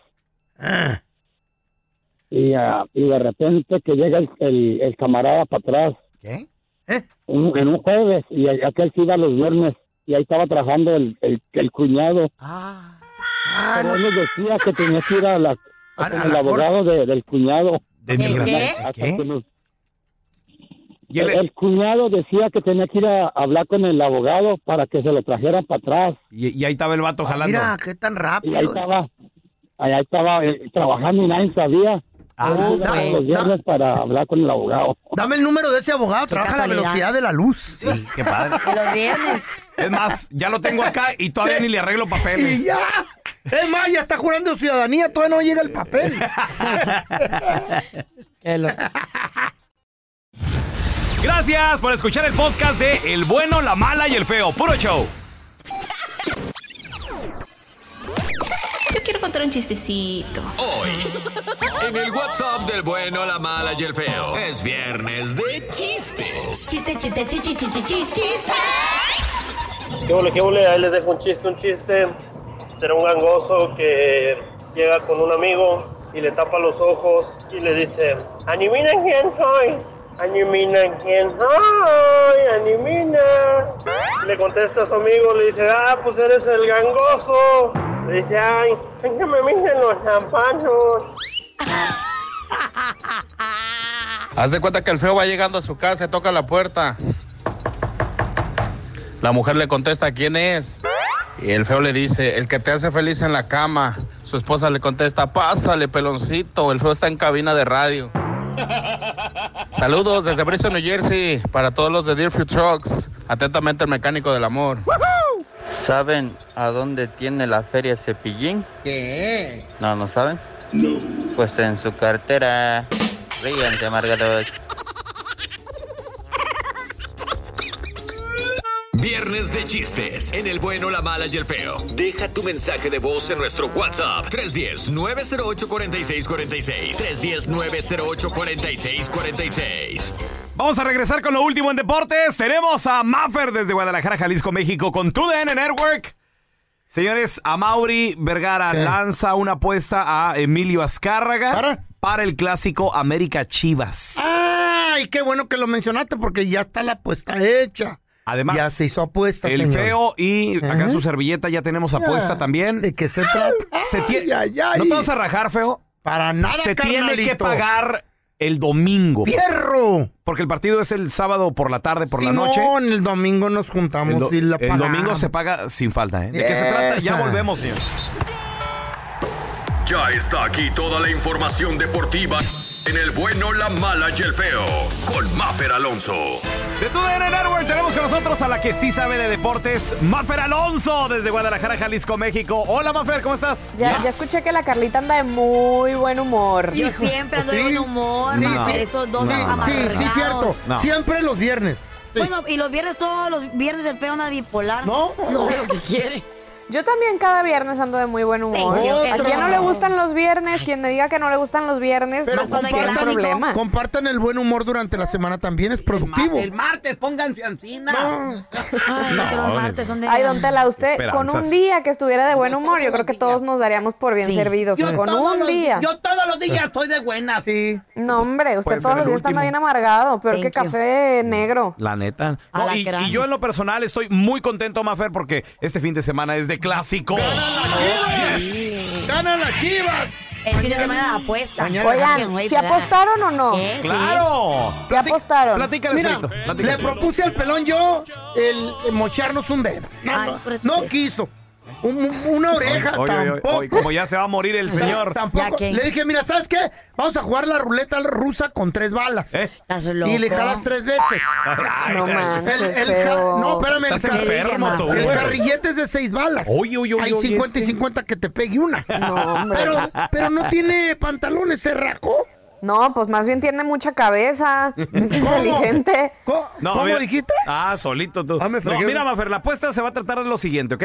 O: Y, ah, y de repente que llega el, el- el camarada para atrás. ¿Eh?
A: ¿Qué?
O: Un- en un jueves y a- aquel se iba los viernes y ahí estaba trabajando el, el, el cuñado.
C: Ah,
O: Pero él nos decía que tenía que ir a la,
A: Ah,
C: a-
O: con
C: a
O: el
C: la
O: abogado de- del cuñado.
A: ¿De mi
C: ¿Qué?
A: ¿Qué?
O: el, el cuñado decía que tenía que ir a hablar con el abogado para que se lo trajeran para atrás.
A: Y, y ahí estaba el vato jalando.
C: Ah, Mira, qué tan rápido.
O: Y ahí estaba, allá estaba eh, trabajando y nadie sabía.
C: Ah,
O: Él iba
C: da-
O: los
C: da-
O: viernes para hablar con el abogado.
C: Dame el número de ese abogado,
O: Qué
C: trabaja a la
O: casualidad.
C: velocidad de la luz.
A: Sí, qué padre.
D: Los viernes.
A: Es más, ya lo tengo acá y todavía ni le arreglo papeles.
C: Y ya. Es más, ya está jurando ciudadanía, todavía no llega el papel.
A: Gracias por escuchar el podcast de El bueno, la mala y el feo. Puro show.
P: Yo quiero contar un chistecito.
B: En el WhatsApp del bueno, la mala y el feo. Es viernes de chistes.
P: Chiste, chiste, chiste, chiste, chiste.
N: ¿Qué ole, qué ole? Ahí les dejo un chiste, un chiste. Será un gangoso que llega con un amigo y le tapa los ojos y le dice, adivina quién soy, adivina quién soy, adivina. Le contesta a su amigo, le dice, ah, pues eres el gangoso. Le dice, ay, es que me miden los zapatos.
J: Haz de cuenta que el feo va llegando a su casa y toca la puerta. La mujer le contesta quién es. Y el feo le dice, el que te hace feliz en la cama. Su esposa le contesta, pásale, peloncito. El feo está en cabina de radio. Saludos desde Bristol, New Jersey, para todos los de Deerfield Trucks. Atentamente el mecánico del amor.
Q: ¿Saben a dónde tiene la feria Cepillín? ¿Qué? No, no saben. No. Pues en su cartera. Ríganse, amargados.
B: Viernes de chistes. En el bueno, la mala y el feo. Deja tu mensaje de voz en nuestro WhatsApp. 310-908-4646. 310-908-4646.
A: Vamos a regresar con lo último en deportes. Tenemos a Maffer desde Guadalajara, Jalisco, México, con TUDN Network. Señores, a Mauri Vergara lanza una apuesta a Emilio Azcárraga ¿Para? el clásico América Chivas.
C: Ay, qué bueno que lo mencionaste porque ya está la apuesta hecha.
A: Además,
C: ya se hizo apuesta,
A: El
C: señor.
A: feo y acá en
C: Ajá.
A: su servilleta ya tenemos apuesta
C: Ya.
A: también.
C: ¿De qué se trata?
A: Se tie-
C: Ay, ay, ay.
A: No te vas a rajar, feo.
C: Para nada,
A: Se tiene
C: carnalito.
A: que pagar el domingo.
C: ¡Fierro!
A: Porque el partido es el sábado por la tarde, por
C: Si
A: la noche.
C: No, en el domingo nos juntamos
A: El, do-
C: y la
A: el
C: pagamos.
A: domingo se paga sin falta, ¿eh? ¿De qué se trata? Ya
C: Esa.
A: volvemos, señor.
B: Ya está aquí toda la información deportiva. En el bueno, la mala y el feo. Con Maffer Alonso.
A: De TUDN Network tenemos con nosotros a la que sí sabe de deportes, Mafer Alonso, desde Guadalajara, Jalisco, México. Hola, Mafer, ¿cómo estás?
R: Ya,
A: Yes.
R: ya escuché que la Carlita anda de muy buen humor.
D: Yo siempre ando de buen humor,
C: Sí,
D: Mafer,
C: sí.
D: estos dos
C: Sí, sí,
D: amargados.
C: sí, cierto.
A: No.
C: Siempre los viernes.
D: Bueno, y los viernes, todos los viernes el feo anda bipolar.
C: No,
D: no, lo que quiere.
R: Yo también cada viernes ando de muy buen humor.
D: Thank you,
R: ¿A
D: Carlita.
R: quién no le gustan los viernes? Quien me diga que no le gustan los viernes, no
C: compartan-
R: tiene problema.
C: compartan el buen humor durante la semana también, es productivo.
F: El martes, pónganse ansina.
C: No, pero el martes
F: son
R: Ay, don Tela, usted con
F: Esperanzas.
R: un día que estuviera de buen humor, yo creo que todos nos daríamos por bien servidos.
F: Yo
R: con
F: todos
R: un
F: los-
R: día.
F: Yo todos los días estoy de buenas.
C: Sí.
R: No, hombre, usted
A: Puede
R: todos
A: ser
R: los
A: el
R: días anda
A: último.
R: bien amargado, peor que café negro.
A: La neta. No, y, y yo en lo personal estoy muy contento, Mafer, porque este fin de semana es de de clásico.
C: ¡Ganan las chivas!
D: El fin de semana apuesta.
R: Oigan, ¿se apostaron o
D: Oh.
R: no?
D: ¿Eh?
A: ¡Claro!
R: ¿Se apostaron?
C: Mira, le propuse al pelón yo el, el mocharnos un dedo. No, no, no quiso. Un- un- una oreja
A: Oye, oye, oye,
C: tampoco.
A: oye, como ya se va a morir el señor.
C: Tampoco. Le dije, mira, ¿sabes qué? Vamos a jugar la ruleta rusa con tres balas. Y le
A: loco?
C: jalas tres veces.
A: ¿Eh? Ay, No ay, manches,
C: El- el
A: feo.
C: ca- no, espérame.
A: Estás
C: el, ca-
A: enfermo, tú,
C: el
A: güey.
C: carrillete es de seis balas.
A: Oye, oye, oye,
C: Hay
A: oye,
C: 50 y
A: este-
C: 50 que te pegue una.
R: hombre.
C: pero, pero no tiene pantalones, se rajó.
R: No, pues más bien tiene mucha cabeza. Es inteligente.
C: ¿Cómo
A: mira-
C: dijiste?
A: Ah, solito tú.
C: me
A: no,
C: fregué.
A: mira, Mafer, la apuesta se va a tratar de lo siguiente, ¿ok?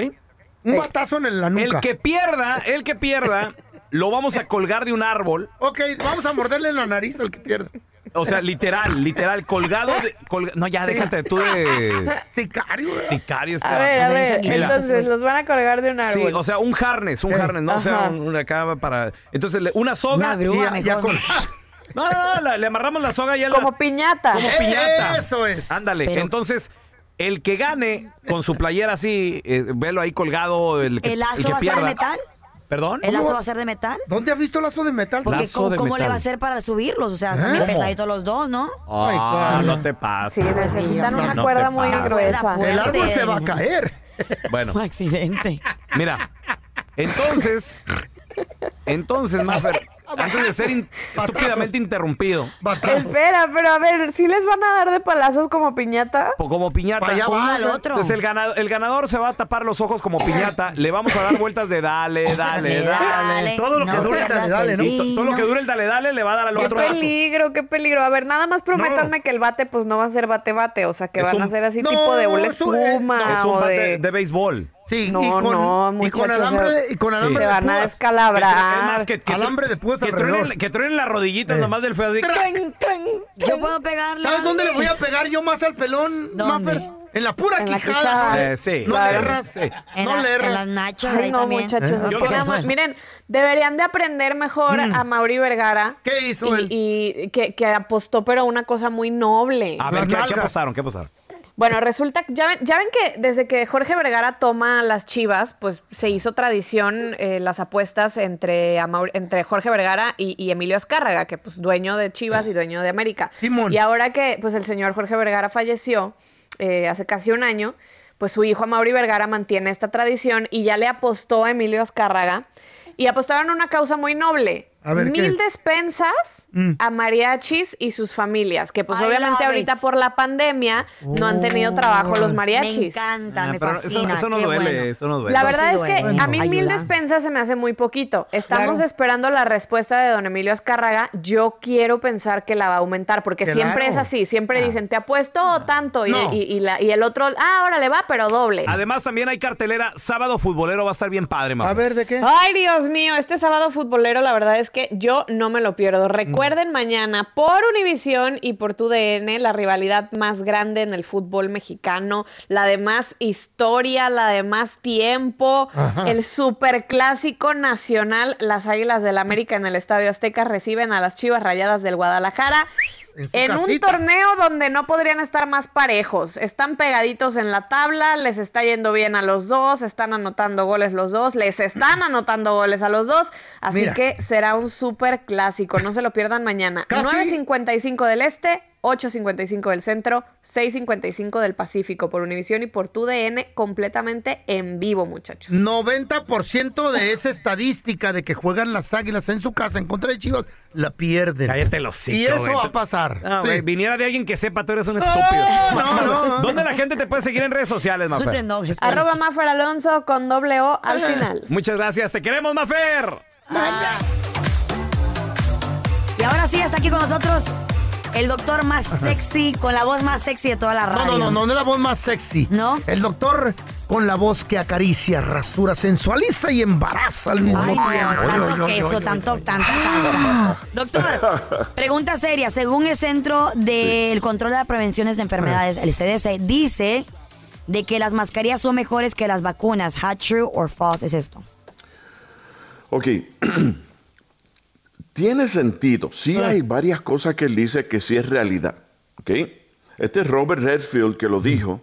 C: Un batazo en la nuca.
A: El que pierda, el que pierda, lo vamos a colgar de un árbol.
C: Ok, vamos a morderle la nariz al que pierda.
A: O sea, literal, literal, colgado de. colga- No, ya, déjate tú de.
C: Sicario.
A: Sicario este
R: A ver, a
A: vato.
R: ver.
A: Mira,
R: Entonces los van a colgar de un
A: Sí,
R: árbol.
A: o sea, un harness, un harness, no o sea
R: Ajá.
A: un- una cama para. Entonces, le- una soga.
R: grúa,
A: y ya- ya
R: mejor.
A: con- No, no, no, la- le amarramos la soga y ya la-
R: Como piñata.
A: Como piñata.
C: Eso es.
A: Ándale.
C: Pero-
A: Entonces, el que gane con su playera así, eh, velo ahí colgado. El, que,
D: ¿El lazo
A: que
D: va a ser de
A: pierda.
D: metal?
A: ¿Perdón?
D: ¿El lazo va a ser de metal?
C: ¿Dónde has visto lazo de metal?
D: Porque
A: Lazo
D: ¿cómo,
A: de
D: cómo le
A: metal.
D: va a hacer para subirlos? O sea,
A: ¿Eh?
D: también
A: ¿Cómo?
D: pesaditos los dos, ¿no?
A: Ah,
C: Ay,
A: no te pases.
R: Sí, necesitan una
A: No te
R: cuerda muy
A: pases.
R: gruesa.
C: El árbol se va a caer.
A: Bueno. accidente. Mira, entonces, entonces, Maffer, antes de ser in- estúpidamente interrumpido,
R: Espera, pero a ver, ¿sí les van a dar de palazos como piñata?
A: po- como piñata,
R: Pa' allá va
A: ¿cómo?
R: el otro.
A: Entonces el ganador, el ganador se va a tapar los ojos como piñata, le vamos a dar vueltas de dale, dale,
C: Dale,
A: dale,
C: dale. Todo lo que No dure el pierdas dale, dale, el ¿no?
A: Y to- Todo lo que dure el dale, dale le va a dar al
R: Qué
A: otro. brazo.
R: peligro, qué peligro. A ver, nada más prométanme que el bate pues no va a ser bate-bate, o sea, que
A: Es
R: van a
A: un-
R: ser así
C: No,
R: tipo de una
C: eso es-
R: espuma
A: Es un
R: o
A: bate
R: de...
A: de, béisbol.
C: Sí,
R: eh, No,
C: y con,
R: no,
C: y con
R: muchachos,
C: alambre, de-
R: o-
C: y con
R: Sí.
C: alambre
R: Se
C: de
R: van a
C: púas.
R: descalabrar.
A: Es más, que, que
C: Alambre
A: tru-
C: de púas
A: que
C: alrededor.
A: truenen, que truenen las rodillitas
C: Eh.
A: nomás del feo. así, ¡clang!
D: Yo puedo pegarla.
C: ¿Sabes dónde le voy a pegar yo más al pelón, Maffer? En la pura
R: En la
C: quijada.
R: quijada.
A: Eh, sí.
C: No
A: Claro.
C: le erras.
A: Sí.
C: No le erras.
R: Ay, no, muchachos,
A: ¿Eh?
R: es
A: Yo
R: que
A: no-
R: nada más- miren, deberían de aprender mejor
A: Mm.
R: a Mauri Vergara.
C: ¿Qué hizo
R: y,
C: él?
R: Y que, que apostó, pero a una cosa muy noble.
A: A ver, ¿qué, qué pasaron? ¿Qué pasaron?
R: Bueno, resulta, ya ven, ya ven que desde que Jorge Vergara toma las chivas, pues se hizo tradición eh, las apuestas entre, Amaur- entre Jorge Vergara y, y Emilio Azcárraga, que pues dueño de Chivas y dueño de América.
C: Simón.
R: Y ahora que pues el señor Jorge Vergara falleció eh, hace casi un año, pues su hijo Amauri Vergara mantiene esta tradición y ya le apostó a Emilio Azcárraga y apostaron una causa muy noble.
C: A ver, ¿qué?
R: Mil despensas
C: Mm.
R: a mariachis y sus familias, que pues
D: I
R: obviamente
D: love
R: ahorita
D: it.
R: por la pandemia no han tenido trabajo
D: Oh.
R: los mariachis.
D: Me encanta, me
A: pero eso,
D: fascina.
A: eso no
D: qué
A: duele,
D: bueno.
A: eso no duele.
R: La verdad es que
D: duele.
R: a mí mil
D: Ayuda.
R: despensas se me hace muy poquito. Estamos
D: Claro.
R: esperando la respuesta de don Emilio Azcárraga. Yo quiero pensar que la va a aumentar, porque
D: Claro. Ah.
R: siempre es así. Siempre dicen, te apuesto tanto, y,
A: No.
R: y- y la- y el otro, ah, ahora le va, pero doble.
A: Además, también hay cartelera. Sábado futbolero va a estar bien padre, Mafer.
C: ver, ¿de qué?
R: Ay, Dios mío, este sábado futbolero, la verdad es que yo no me lo pierdo. Recuerden mañana por Univisión y por TUDN la rivalidad más grande en el fútbol mexicano, la de más historia, la de más tiempo,
S: Ajá.
R: el superclásico nacional. Las Águilas del América en el Estadio Azteca reciben a las Chivas Rayadas del Guadalajara.
C: En su
R: En un
C: casita.
R: torneo donde no podrían estar más parejos. Están pegaditos en la tabla, les está yendo bien a los dos, están anotando goles los dos, les están anotando goles a los dos. Así
C: Mira.
R: que será un súper clásico, no se lo pierdan mañana.
C: Casi-
R: 9.55 del este, 8.55 del centro, 6.55 del Pacífico por Univisión y por TUDN completamente en vivo, muchachos.
C: 90% de esa estadística de que juegan las águilas en su casa en contra de Chivas la pierden.
A: Cállate los hocico,
C: Y eso
A: güey.
C: va a pasar.
A: Ah,
C: Sí. Ah,
A: güey, viniera de alguien que sepa, tú eres un estúpido.
C: no, no, no.
A: ¿Dónde la gente te puede seguir en redes sociales, Mafer?
R: Arroba Mafer Alonso con doble O
D: pues.
R: al final.
A: Muchas gracias, te queremos, Mafer.
D: Ah. Y ahora sí, está aquí con nosotros el doctor más sexy, con la voz más sexy de toda la
C: No,
D: radio.
C: no, no, no, no es la voz más sexy. No. El doctor con la voz que acaricia, rasura, sensualiza y embaraza al mismo
D: Ay,
C: tiempo.
D: no, tanto queso, tanto, tanta salsa. Doctor, pregunta seria. Según el Centro del Control de las Prevenciones de Enfermedades, el CDC, dice de que las mascarillas son mejores que las vacunas. How true or false es esto?
T: Ok. Tiene sentido. Sí hay varias cosas que él dice que sí es realidad. ¿Ok? Este es Robert Redfield que lo dijo,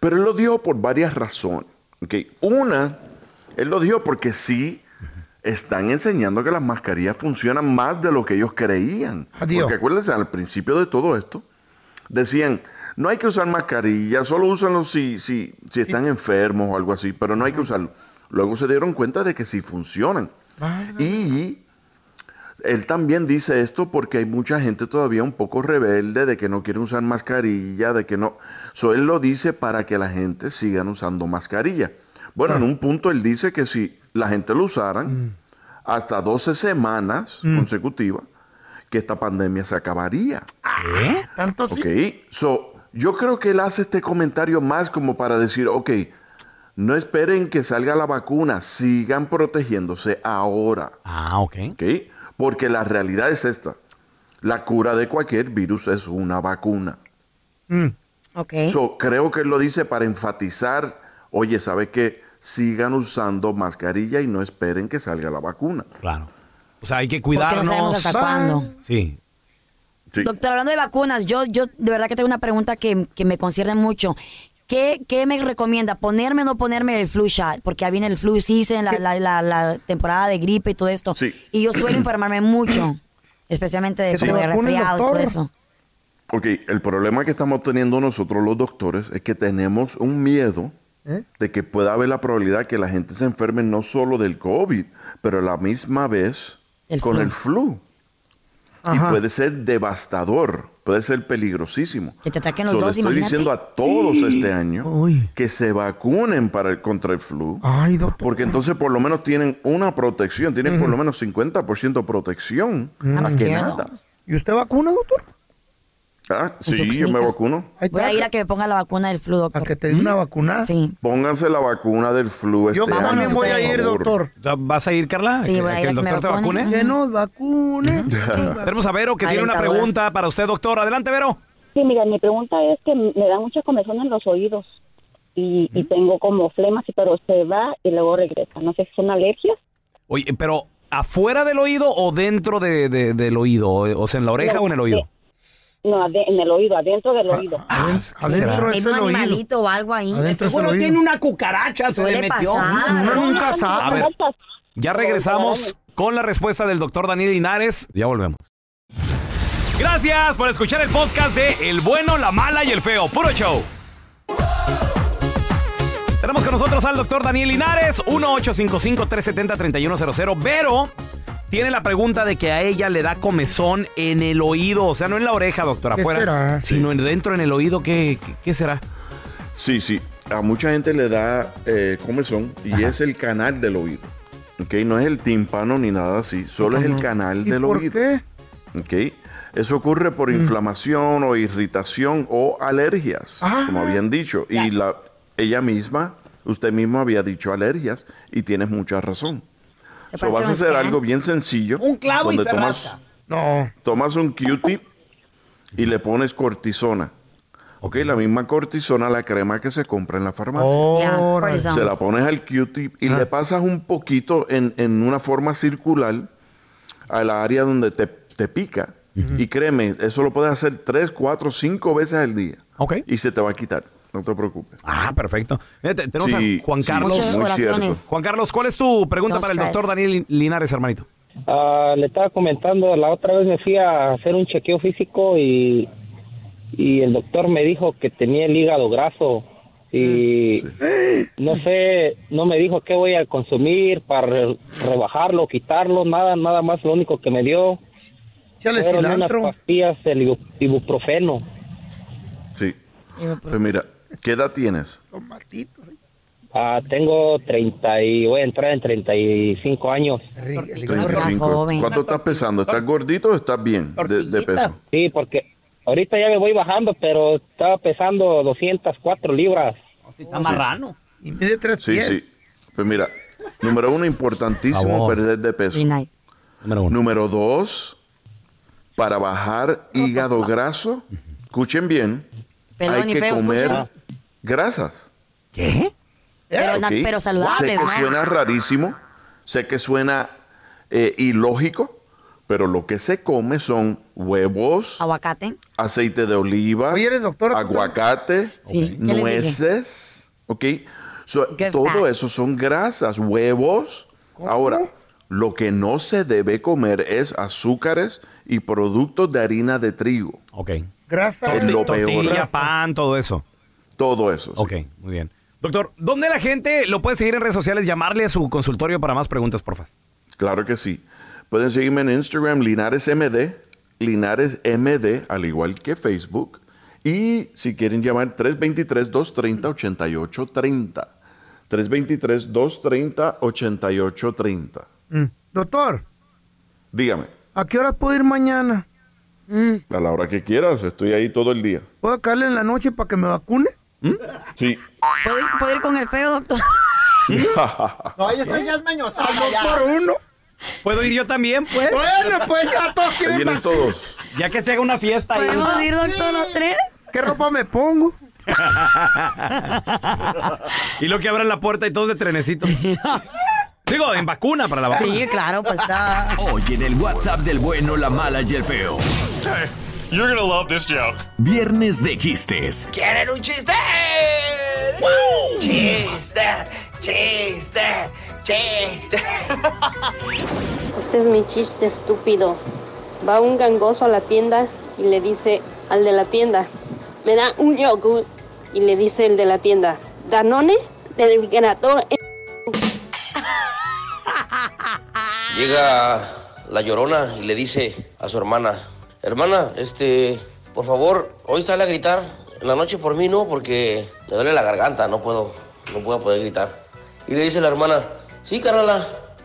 T: pero él lo dijo por varias razones. Ok, Una, él lo dijo porque sí están enseñando que las mascarillas funcionan más de lo que ellos creían.
C: Adiós.
T: Porque acuérdense, al principio de todo esto, decían, no hay que usar mascarillas, solo úsenlo si, si, si están enfermos o algo así, pero no hay que usarlo. Luego se dieron cuenta de que sí funcionan. Y él también dice esto porque hay mucha gente todavía un poco rebelde de que no quieren usar mascarilla, de que no. So, él lo dice para que la gente sigan usando mascarilla. Bueno, en un punto él dice que si la gente lo usaran hasta 12 semanas consecutivas, que esta pandemia se acabaría.
C: ¿Eh? ¿Tanto
T: Ok, so, yo creo que él hace este comentario más como para decir, ok, no esperen que salga la vacuna, sigan protegiéndose ahora.
A: Ah, ok.
T: Porque la realidad es esta. La cura de cualquier virus es una vacuna.
A: Mm.
D: Ok.
T: So, creo que él lo dice para enfatizar, oye, ¿sabe qué? Sigan usando mascarilla y no esperen que salga la vacuna.
A: Claro. O sea, Pues hay que
D: Porque no sabemos
A: cuidarnos.
D: hasta cuándo.
A: Sí. Sí.
D: Doctor, hablando de vacunas, yo, yo de verdad que tengo una pregunta que, que me concierne mucho. ¿Qué, qué me recomienda? ¿Ponerme o no ponerme el flu shot? Porque ahí viene el flu season, la, la, la, la temporada de gripe y todo esto. Y yo suelo informarme mucho, especialmente de,
T: Que se
D: como de
T: vacune,
D: resfriado y todo
T: doctor.
D: eso.
T: Ok, el problema que estamos teniendo nosotros los doctores es que tenemos un miedo
C: ¿Eh?
T: de que pueda haber la probabilidad que la gente se enferme no solo del COVID, pero a la misma vez con el flu.
D: Ajá.
T: Y puede ser devastador, puede ser peligrosísimo.
D: Que te ataquen los
T: So, le
D: dos,
T: estoy
D: imagínate.
T: diciendo a todos
D: Sí.
T: este año que se vacunen para el, contra el flu. Porque entonces por lo menos tienen una protección, tienen por lo menos 50% protección
C: Mm.
T: a que nada.
C: ¿Y usted vacuna, doctor?
T: Ah,
D: En su
T: sí, yo me
D: clínica.
T: vacuno.
D: Voy a ir a que me ponga la vacuna del flu, doctor. ¿A que
C: te dé una vacuna?
D: Sí.
T: Pónganse la vacuna del flu este
A: Yo
T: año,
A: también
T: por
A: voy a ir,
T: favor.
A: doctor. ¿Vas a ir, Carla?
D: Sí,
A: ¿Que-
D: voy a
A: que
D: ir a
A: el
D: que me
A: doctor te
D: vacunen.
A: vacune?
C: Que nos vacune.
A: Tenemos a Vero que tiene una
S: Alentadoras.
A: pregunta para usted, doctor. Adelante, Vero.
S: Sí, mira, mi pregunta es que me da mucha comezón en los oídos y, y tengo como flemas, pero se va y luego regresa. No sé si son alergias.
A: Oye, pero ¿afuera del oído o dentro de- de- del oído? O o sea, en la oreja
S: No,
A: o en el oído. Ah,
S: No, ade- en el oído, adentro del
C: Ah,
S: oído.
D: Ah,
T: Ah,
A: Adentro
D: Hay un animalito o algo ahí.
A: Adentro es el Seguro oído. tiene
D: una cucaracha, suele pasar.
A: A ver, ya regresamos con la respuesta del doctor Daniel Linares. Ya volvemos. Gracias por escuchar el podcast de El Bueno, la Mala y el Feo. Puro show. Tenemos con nosotros al doctor Daniel Linares, 1-855-370-3100. Vero tiene la pregunta de que a ella le da comezón en el oído, o sea, no en la oreja, doctor,
C: ¿Qué
A: afuera,
C: será?
A: sino en- dentro en el oído. ¿Qué, qué, qué será?
T: Sí, sí. A mucha gente le da eh, comezón y es el canal del oído. ¿Ok? No es el tímpano ni nada así, solo es el canal
C: ¿Y
T: del
C: por
T: oído.
C: qué?
T: ¿Ok? Eso ocurre por
C: Mm.
T: inflamación o irritación o alergias,
C: Ah.
T: como habían dicho. Y la, ella misma, usted mismo había dicho alergias y tienes mucha razón.
C: Se
T: So,
C: parece
T: vas
C: a
T: a
C: un
T: hacer
C: scan.
T: algo bien sencillo.
C: Un clavo y
T: donde
C: se
T: tomas,
C: rasca. No.
T: tomas un Q-tip y le pones cortisona. Ok, la misma cortisona, la crema que se compra en la farmacia.
A: Oh,
C: Ya, Órale. cortisona.
T: se la pones al Q-tip y
A: Ah.
T: le pasas un poquito en, en una forma circular a la área donde te, te pica. Y créeme, eso lo puedes hacer tres, cuatro, cinco veces al día.
A: Ok.
T: Y se te va a quitar. No te preocupes.
A: Ah, perfecto. Mira, te- Tenemos
T: Sí,
A: a Juan
T: sí,
A: Carlos.
T: Muchas muy oraciones. cierto.
A: Juan Carlos, ¿cuál es tu pregunta
E: Dos,
A: para el
E: tres.
A: doctor Daniel Linares, hermanito?
E: Ah, le estaba comentando, la otra vez me fui a hacer un chequeo físico y, y el doctor me dijo que tenía el hígado graso y
C: Mm.
E: no sé, no me dijo qué voy a consumir para re- rebajarlo, quitarlo, nada, nada más, lo único que me dio
C: Échale
E: fueron unas
C: cilantro.
E: pastillas el ibu- ibuprofeno.
T: Sí. Pues mira, ¿qué edad tienes?
E: Ah, tengo 30 y voy a entrar en 35 años.
T: 35. ¿Cuánto estás pesando? ¿Estás gordito o estás bien de, de peso?
E: Sí, porque ahorita ya me voy bajando, pero estaba pesando 204 libras. Está
T: marrano.
C: Y mide tres
T: Sí,
C: pies.
T: sí. Pues mira, número uno, importantísimo
C: Favor.
T: perder de peso.
A: Número,
T: dos, para bajar hígado graso, escuchen bien,
D: Pelón
T: hay
D: y
T: que
D: feo,
T: comer
D: escuchen.
T: grasas.
D: Pero, na-
T: ¿ok?
D: pero saludables,
T: Sé que
D: ¿no?
T: suena rarísimo, sé que suena eh, ilógico, pero lo que se come son huevos,
D: Aguacate.
T: aceite de oliva,
C: Oye, ¿eres doctor?
T: aguacate,
D: Sí, ¿qué le dije?
T: nueces, ¿ok? So, todo eso son grasas, huevos. Ahora, lo que no se debe comer es azúcares y productos de harina de trigo.
A: Ok.
C: Grasa.
A: Torti-
C: es lo peor.
A: tortilla,
C: Grasa.
A: pan, todo eso.
T: Todo eso.
A: Ok, muy bien. Doctor, ¿dónde la gente lo puede seguir en redes sociales? Llamarle a su consultorio para más preguntas, porfa.
T: Claro que sí. Pueden seguirme en Instagram, LinaresMD, LinaresMD, al igual que Facebook. Y si quieren llamar, 323-230-8830. 323-230-8830.
C: Mm. Doctor,
T: Dígame,
C: ¿a qué hora puedo ir mañana? Mm,
T: a la hora que quieras, estoy ahí todo el día.
C: ¿Puedo caerle en la noche para que me vacune?
T: Sí.
D: ¿Puedo ir, puedo ir con el feo, doctor?
G: No, ese ya es mañosa.
C: Al ¿Eh? dos por uno.
A: ¿Puedo ir yo también, pues?
C: Bueno, pues ya todos quieren Ahí vienen vac-
T: todos.
A: Ya que se haga una fiesta ahí.
D: ¿Podemos ir, doctor, los tres?
C: ¿Qué ropa me pongo?
A: y lo que abran la puerta y todos de trenecito. Digo, en vacuna para la vacuna.
D: Sí, claro, pues está.
B: Hoy en el WhatsApp del bueno, la mala y el feo.
U: You're gonna love this joke.
B: Viernes de chistes.
U: ¿Quieren un chiste? Chiste, chiste, chiste.
V: Este es mi chiste estúpido. Va un gangoso a la tienda y le dice al de la tienda, me da un yogur. Y le dice el de la tienda, Danone del ganador.
W: Llega la llorona y le dice a su hermana, hermana, este, por favor, hoy sale a gritar. En la noche por mí no, porque me duele la garganta, no puedo, no puedo poder gritar. Y le dice la hermana, sí, carnala,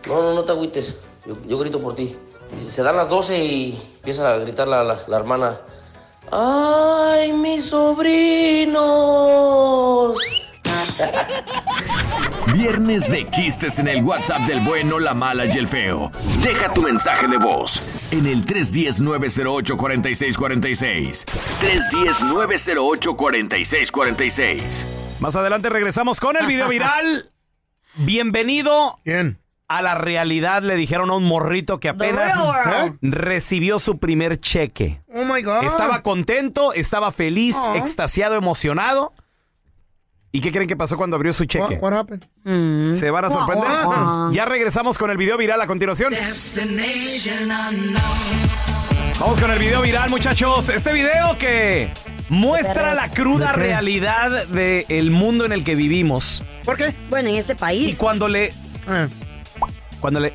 W: no, no, no te agüites, yo, yo grito por ti. Y se dan las 12 y empieza a gritar la, la- la hermana, ¡Ay, mis sobrinos!
B: Viernes de chistes en el WhatsApp del bueno, la mala y el feo. Deja tu mensaje de voz en el 310-908-4646. 310-908-4646.
A: Más adelante regresamos con el video viral. Bienvenido. A la realidad le dijeron a un morrito que apenas
C: real world.
A: ¿Eh? recibió su primer cheque.
C: Oh my God.
A: Estaba contento, estaba feliz,
C: Oh.
A: extasiado, emocionado. ¿Y qué creen que pasó cuando abrió su cheque?
C: What happened? Mm.
A: Se van a sorprender.
C: Oh, oh.
A: Ya regresamos con el video viral a continuación.
F: Destination unknown.
A: Vamos con el video viral, muchachos. Este video que muestra la cruda realidad del mundo en el que vivimos.
C: ¿Por qué?
D: Bueno, en este país.
A: Y cuando le.
C: Ah.
A: Cuando le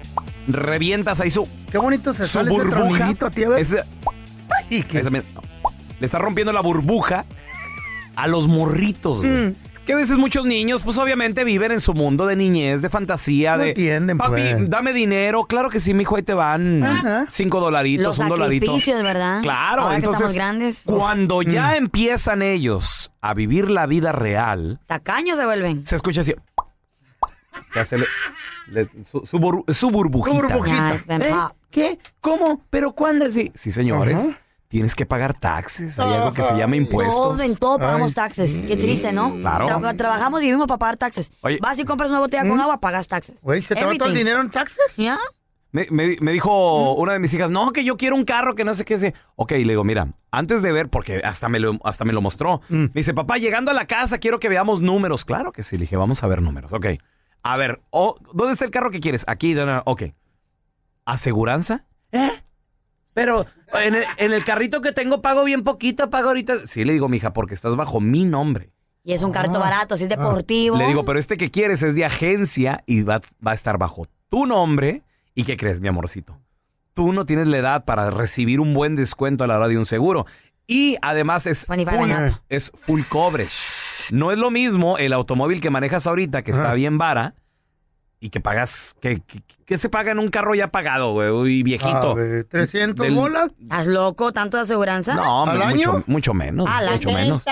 A: revientas ahí su.
C: Qué bonito se
A: su
C: sale ese
A: burbuja.
C: tronidito, tío, a ver.
A: Ese- Ese, mira. le está rompiendo la burbuja a los morritos, güey.
C: Mm.
A: Que a veces muchos niños, pues obviamente viven en su mundo de niñez, de fantasía,
C: No
A: de.
C: entienden,
A: Papi,
C: pues".
A: dame dinero. Claro que sí, mijo, ahí te van
D: Ajá.
A: cinco dolaritos,
D: Los
A: un dolarito.
D: sacrificios, ¿verdad?
A: Claro,
D: Ahora que
A: entonces.
D: estamos grandes.
A: Cuando ya
C: Mm.
A: empiezan ellos a vivir la vida real,
D: Tacaños se vuelven.
A: se escucha así. se hace le- le- su, su bur- su burbujita.
D: ¿Eh?
A: ¿Qué? ¿Cómo? ¿Pero cuándo? Sí, sí señores.
D: Ajá.
A: Tienes que pagar taxes. Hay algo que se llama impuestos.
D: Todo, en todo pagamos
A: Ay,
D: taxes.
A: sí.
D: Qué triste, ¿no?
A: Claro.
D: Tra- trabajamos y vivimos para pagar taxes.
A: Oye.
D: Vas y compras una botella con agua, pagas taxes.
A: Güey, ¿se te va todo el dinero
C: en taxes?
D: ¿Ya?
A: Me, me- me dijo una de mis hijas, no, que yo quiero un carro, que no sé qué. Sí. Ok, le digo, mira, antes de ver, porque hasta me lo, hasta me lo mostró. Me dice, papá, llegando a la casa, quiero que veamos números. Claro que sí, le dije, vamos a ver números. Ok. A ver, oh, ¿dónde está el carro que quieres? Aquí, no, no, ok. ¿Aseguranza? ¿Eh? Pero en el, en el carrito que tengo pago bien poquito, pago ahorita. Sí, le digo, mija, porque estás bajo mi nombre.
D: Y es un
C: Ah.
D: carrito barato, si es deportivo.
A: Le digo, pero este que quieres es de agencia y va, va a estar bajo tu nombre. ¿Y qué crees, mi amorcito? Tú no tienes la edad para recibir un buen descuento a la hora de un seguro. Y además es full,
D: and up.
A: es full coverage. No es lo mismo el automóvil que manejas ahorita, que está bien vara, y que pagas, que, que- que se paga en un carro ya pagado, güey, y viejito.
C: A ver, 300
A: Del-
C: Ah, bolas.
D: ¿Estás loco? ¿Tanto de aseguranza?
A: No, hombre,
C: ¿Al
A: mucho,
C: año?
A: mucho menos,
D: Al
A: mucho
D: año.
A: menos.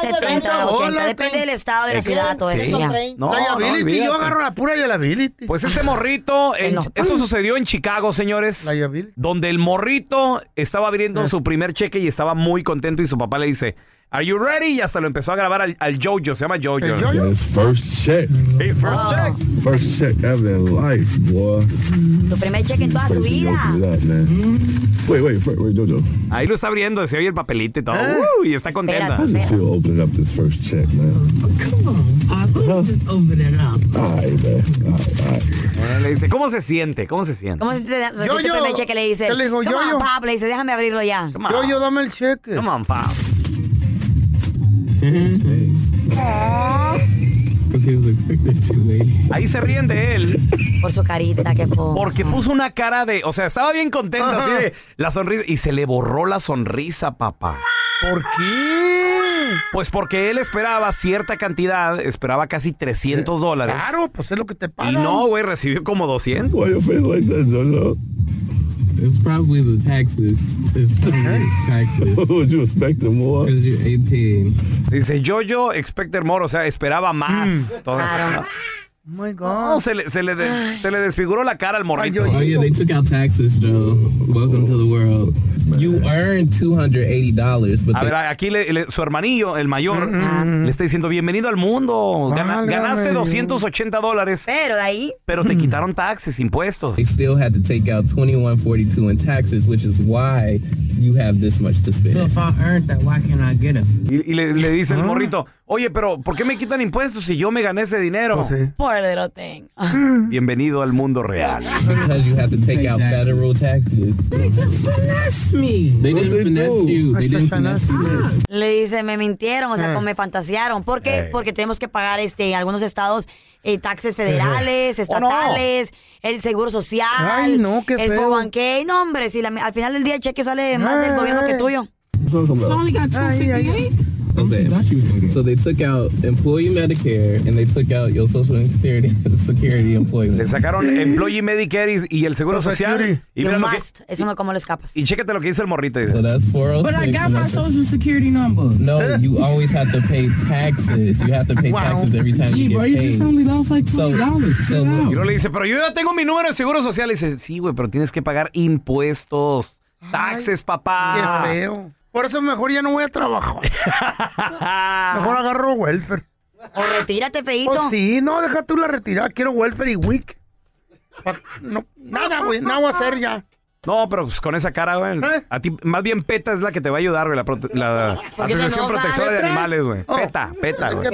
D: 70, 80, depende del estado, de la ciudad, todo eso. ya.
A: No,
C: la
A: no,
C: liability, yo
A: olvídate.
C: agarro la pura liability.
A: Pues este morrito, en-
C: No.
A: esto sucedió en Chicago, señores, donde el morrito estaba abriendo su primer cheque y estaba muy contento y su papá le dice, Are you ready? Y hasta lo empezó a grabar al, al Jojo, se llama Jojo.
H: His first check.
A: His first
D: Oh,
A: check.
H: First check ever in life, boy.
D: Tu primer cheque en toda tu
H: Crazy
D: vida.
H: opened it up, man. Wait, wait, wait, wait, Jojo.
A: Ahí lo está abriendo, se oye el papelito y todo. Uh, y está contenta.
H: How does it feel opening up this first check, man?
I: Open it up.
H: All right, man. All right, all right.
A: Eh, Le dice, ¿cómo se siente? ¿Cómo se siente?
D: ¿Cómo se te da
C: Yo,
D: tu
C: yo.
D: primer cheque? Le dice.
C: ¿Qué le dijo?
D: Come
C: Yo,
D: on,
C: yo.
D: pap. Le dice, déjame abrirlo ya.
C: Yo, yo, dame el cheque.
A: Come on, pap. Ahí se ríen de él.
D: Por su carita, que po.
A: Porque puso una cara de. O sea, estaba bien contento, así de la sonrisa. Y se le borró la sonrisa, papá.
C: ¿Por qué?
A: Pues porque él esperaba cierta cantidad, esperaba casi 300 dólares.
C: Claro, pues es lo que te pagan.
A: Y no, güey, recibió como 200.
H: Why your face like that, Jojo?
K: It's probably the taxes. It's probably the taxes.
H: What would you expect him more?
K: Because you're 18.
A: Dice, yo, yo, expected more, o sea, esperaba más. Todo.
C: Mm. Oh my God.
A: No, se le, se le de- se le desfiguró la cara al morrito.
K: Oh yeah, they took out taxes, Joe. Welcome to the world. You earned two hundred eighty dollars, but
A: A
K: they
A: ver, aquí le- le- su hermanillo, el mayor,
C: Mm.
A: le está diciendo, bienvenido al mundo. Gana-
K: Válgame
A: ganaste
K: Dios.
A: 280 dólares.
D: Pero de ahí.
A: Pero te quitaron taxes, impuestos.
K: they still had to take out twenty one forty two in taxes, which is why you have this much to spend.
I: So if I earned that, why can't I get it?
A: Y, y le, le dice el morrito, oye, pero ¿por qué me quitan impuestos si yo me gané ese dinero?
D: Poor little thing.
A: Bienvenido al mundo real.
K: Because you have to take out federal taxes. They just finessed me. They didn't finesse you. They didn't finesse you.
D: Le dice, me mintieron, o sea,
K: Eh.
D: como me fantasearon. ¿Por qué?
K: Eh.
D: Porque tenemos que pagar este, en algunos estados eh, taxes federales, estatales, el seguro social,
K: Ay, no, qué
D: el
K: feo.
D: 401k. No, hombre, si la- al final del día el cheque sale más del gobierno que tuyo.
K: only
I: got
K: Okay. So they took out employee Medicare and they took out your social security security employment.
A: Le sacaron Employee Medicare y, y el Seguro
K: Social
A: Social.
K: Security.
A: Y,
K: You
A: mira lo que-
K: must.
D: Eso no como lo escapas.
A: y chécate lo que dice el morrito. Dice,
K: But I got my social security number. No, you always have to pay taxes. You have to pay taxes every time you
I: Gee,
K: get
I: bro, you just
K: paid.
I: only lost like $20. Chill
A: Y
K: so
A: luego le dice, pero yo ya tengo mi número de Seguro Social. Y dice, sí, güey, pero tienes que pagar impuestos, taxes, papá.
C: Qué feo. Por eso mejor ya no voy a trabajar. mejor agarro welfare.
D: O retírate, feíto.
K: Oh,
C: Pues sí, no, deja tú la retirada. Quiero welfare y WIC. Pa- No, nada, güey, nada voy a hacer ya.
A: No, pero pues, con esa cara, güey. A ti, más bien PETA es la que te va a ayudar, güey. La, prote- la
B: ¿Por qué te enojas,
A: Asociación Protectora de
B: Petra?
A: Animales, güey.
B: Oh.
A: PETA, PETA, güey.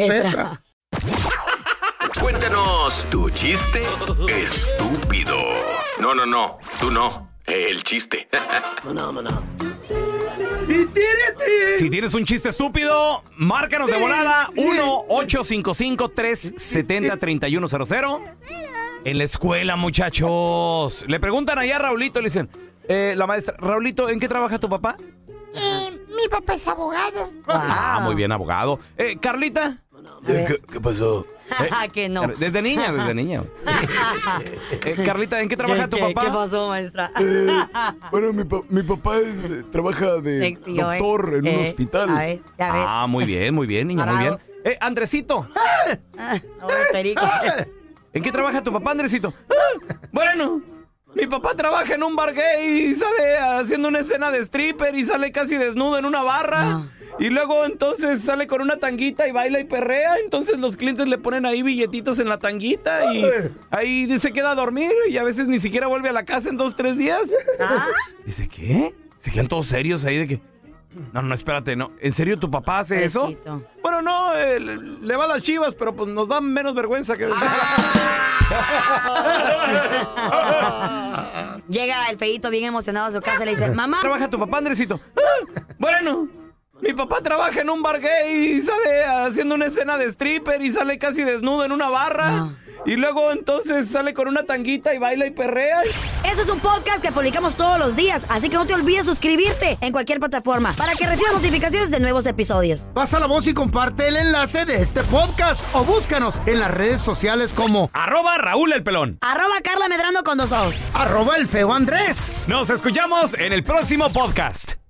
B: Cuéntanos tu chiste estúpido. No, no, no. Tú no. El chiste.
A: Si tienes un chiste estúpido, márcanos de volada 1-855-370-3100. En la escuela, muchachos. Le preguntan allá a Raulito, le dicen, eh, la maestra, Raulito, ¿en qué trabaja tu papá?
I: mi papá es abogado.
A: Ah, muy bien, abogado. Eh, Carlita. Eh, ¿Qué, qué pasó?
I: Ah, que no.
A: Desde niña, desde niña. Eh, Carlita, ¿en qué trabaja tu papá? Eh,
D: ¿Qué pasó, maestra?
A: bueno, mi, papá eh, trabaja de
D: Sexy, ¿eh? doctor en un Eh, hospital. a ver, ya ves.
A: Ah, muy bien, muy bien, niña, muy bien.
D: Parado.
A: Eh, Andresito.
D: Ah,
A: Eh,
D: Ahora, perico.
A: ¿En qué trabaja tu papá, Andresito? "Ah, bueno, mi papá trabaja en un bar gay y sale haciendo una escena de stripper y sale casi desnudo en una barra. Y luego entonces sale con una tanguita y baila y perrea. Entonces los clientes le ponen ahí billetitos en la tanguita y ahí se queda a dormir y a veces ni siquiera vuelve a la casa en dos, tres días. Dice, ¿qué? Se quedan todos serios ahí de que... No, no, espérate, no. ¿En serio tu papá hace eso? Bueno, no, eh, le, le va a las chivas, pero pues nos da menos vergüenza
D: Ah,
A: que...
D: Llega el feíto bien emocionado a su casa y le dice, mamá.
A: Trabaja tu papá, Andresito. Ah, Bueno, mi papá trabaja en un bar gay y sale haciendo una escena de stripper y sale casi desnudo en una barra. Y luego entonces sale con una tanguita y baila y perrea.
D: Este es un podcast que publicamos todos los días, así que no te olvides suscribirte en cualquier plataforma para que recibas notificaciones de nuevos episodios.
C: Pasa la voz y comparte el enlace de este podcast o búscanos en las redes sociales como
A: Arroba Raúl el pelón.
D: Arroba Carla Medrano con dos ojos.
C: arroba el feo Andrés.
A: Nos escuchamos en el próximo podcast.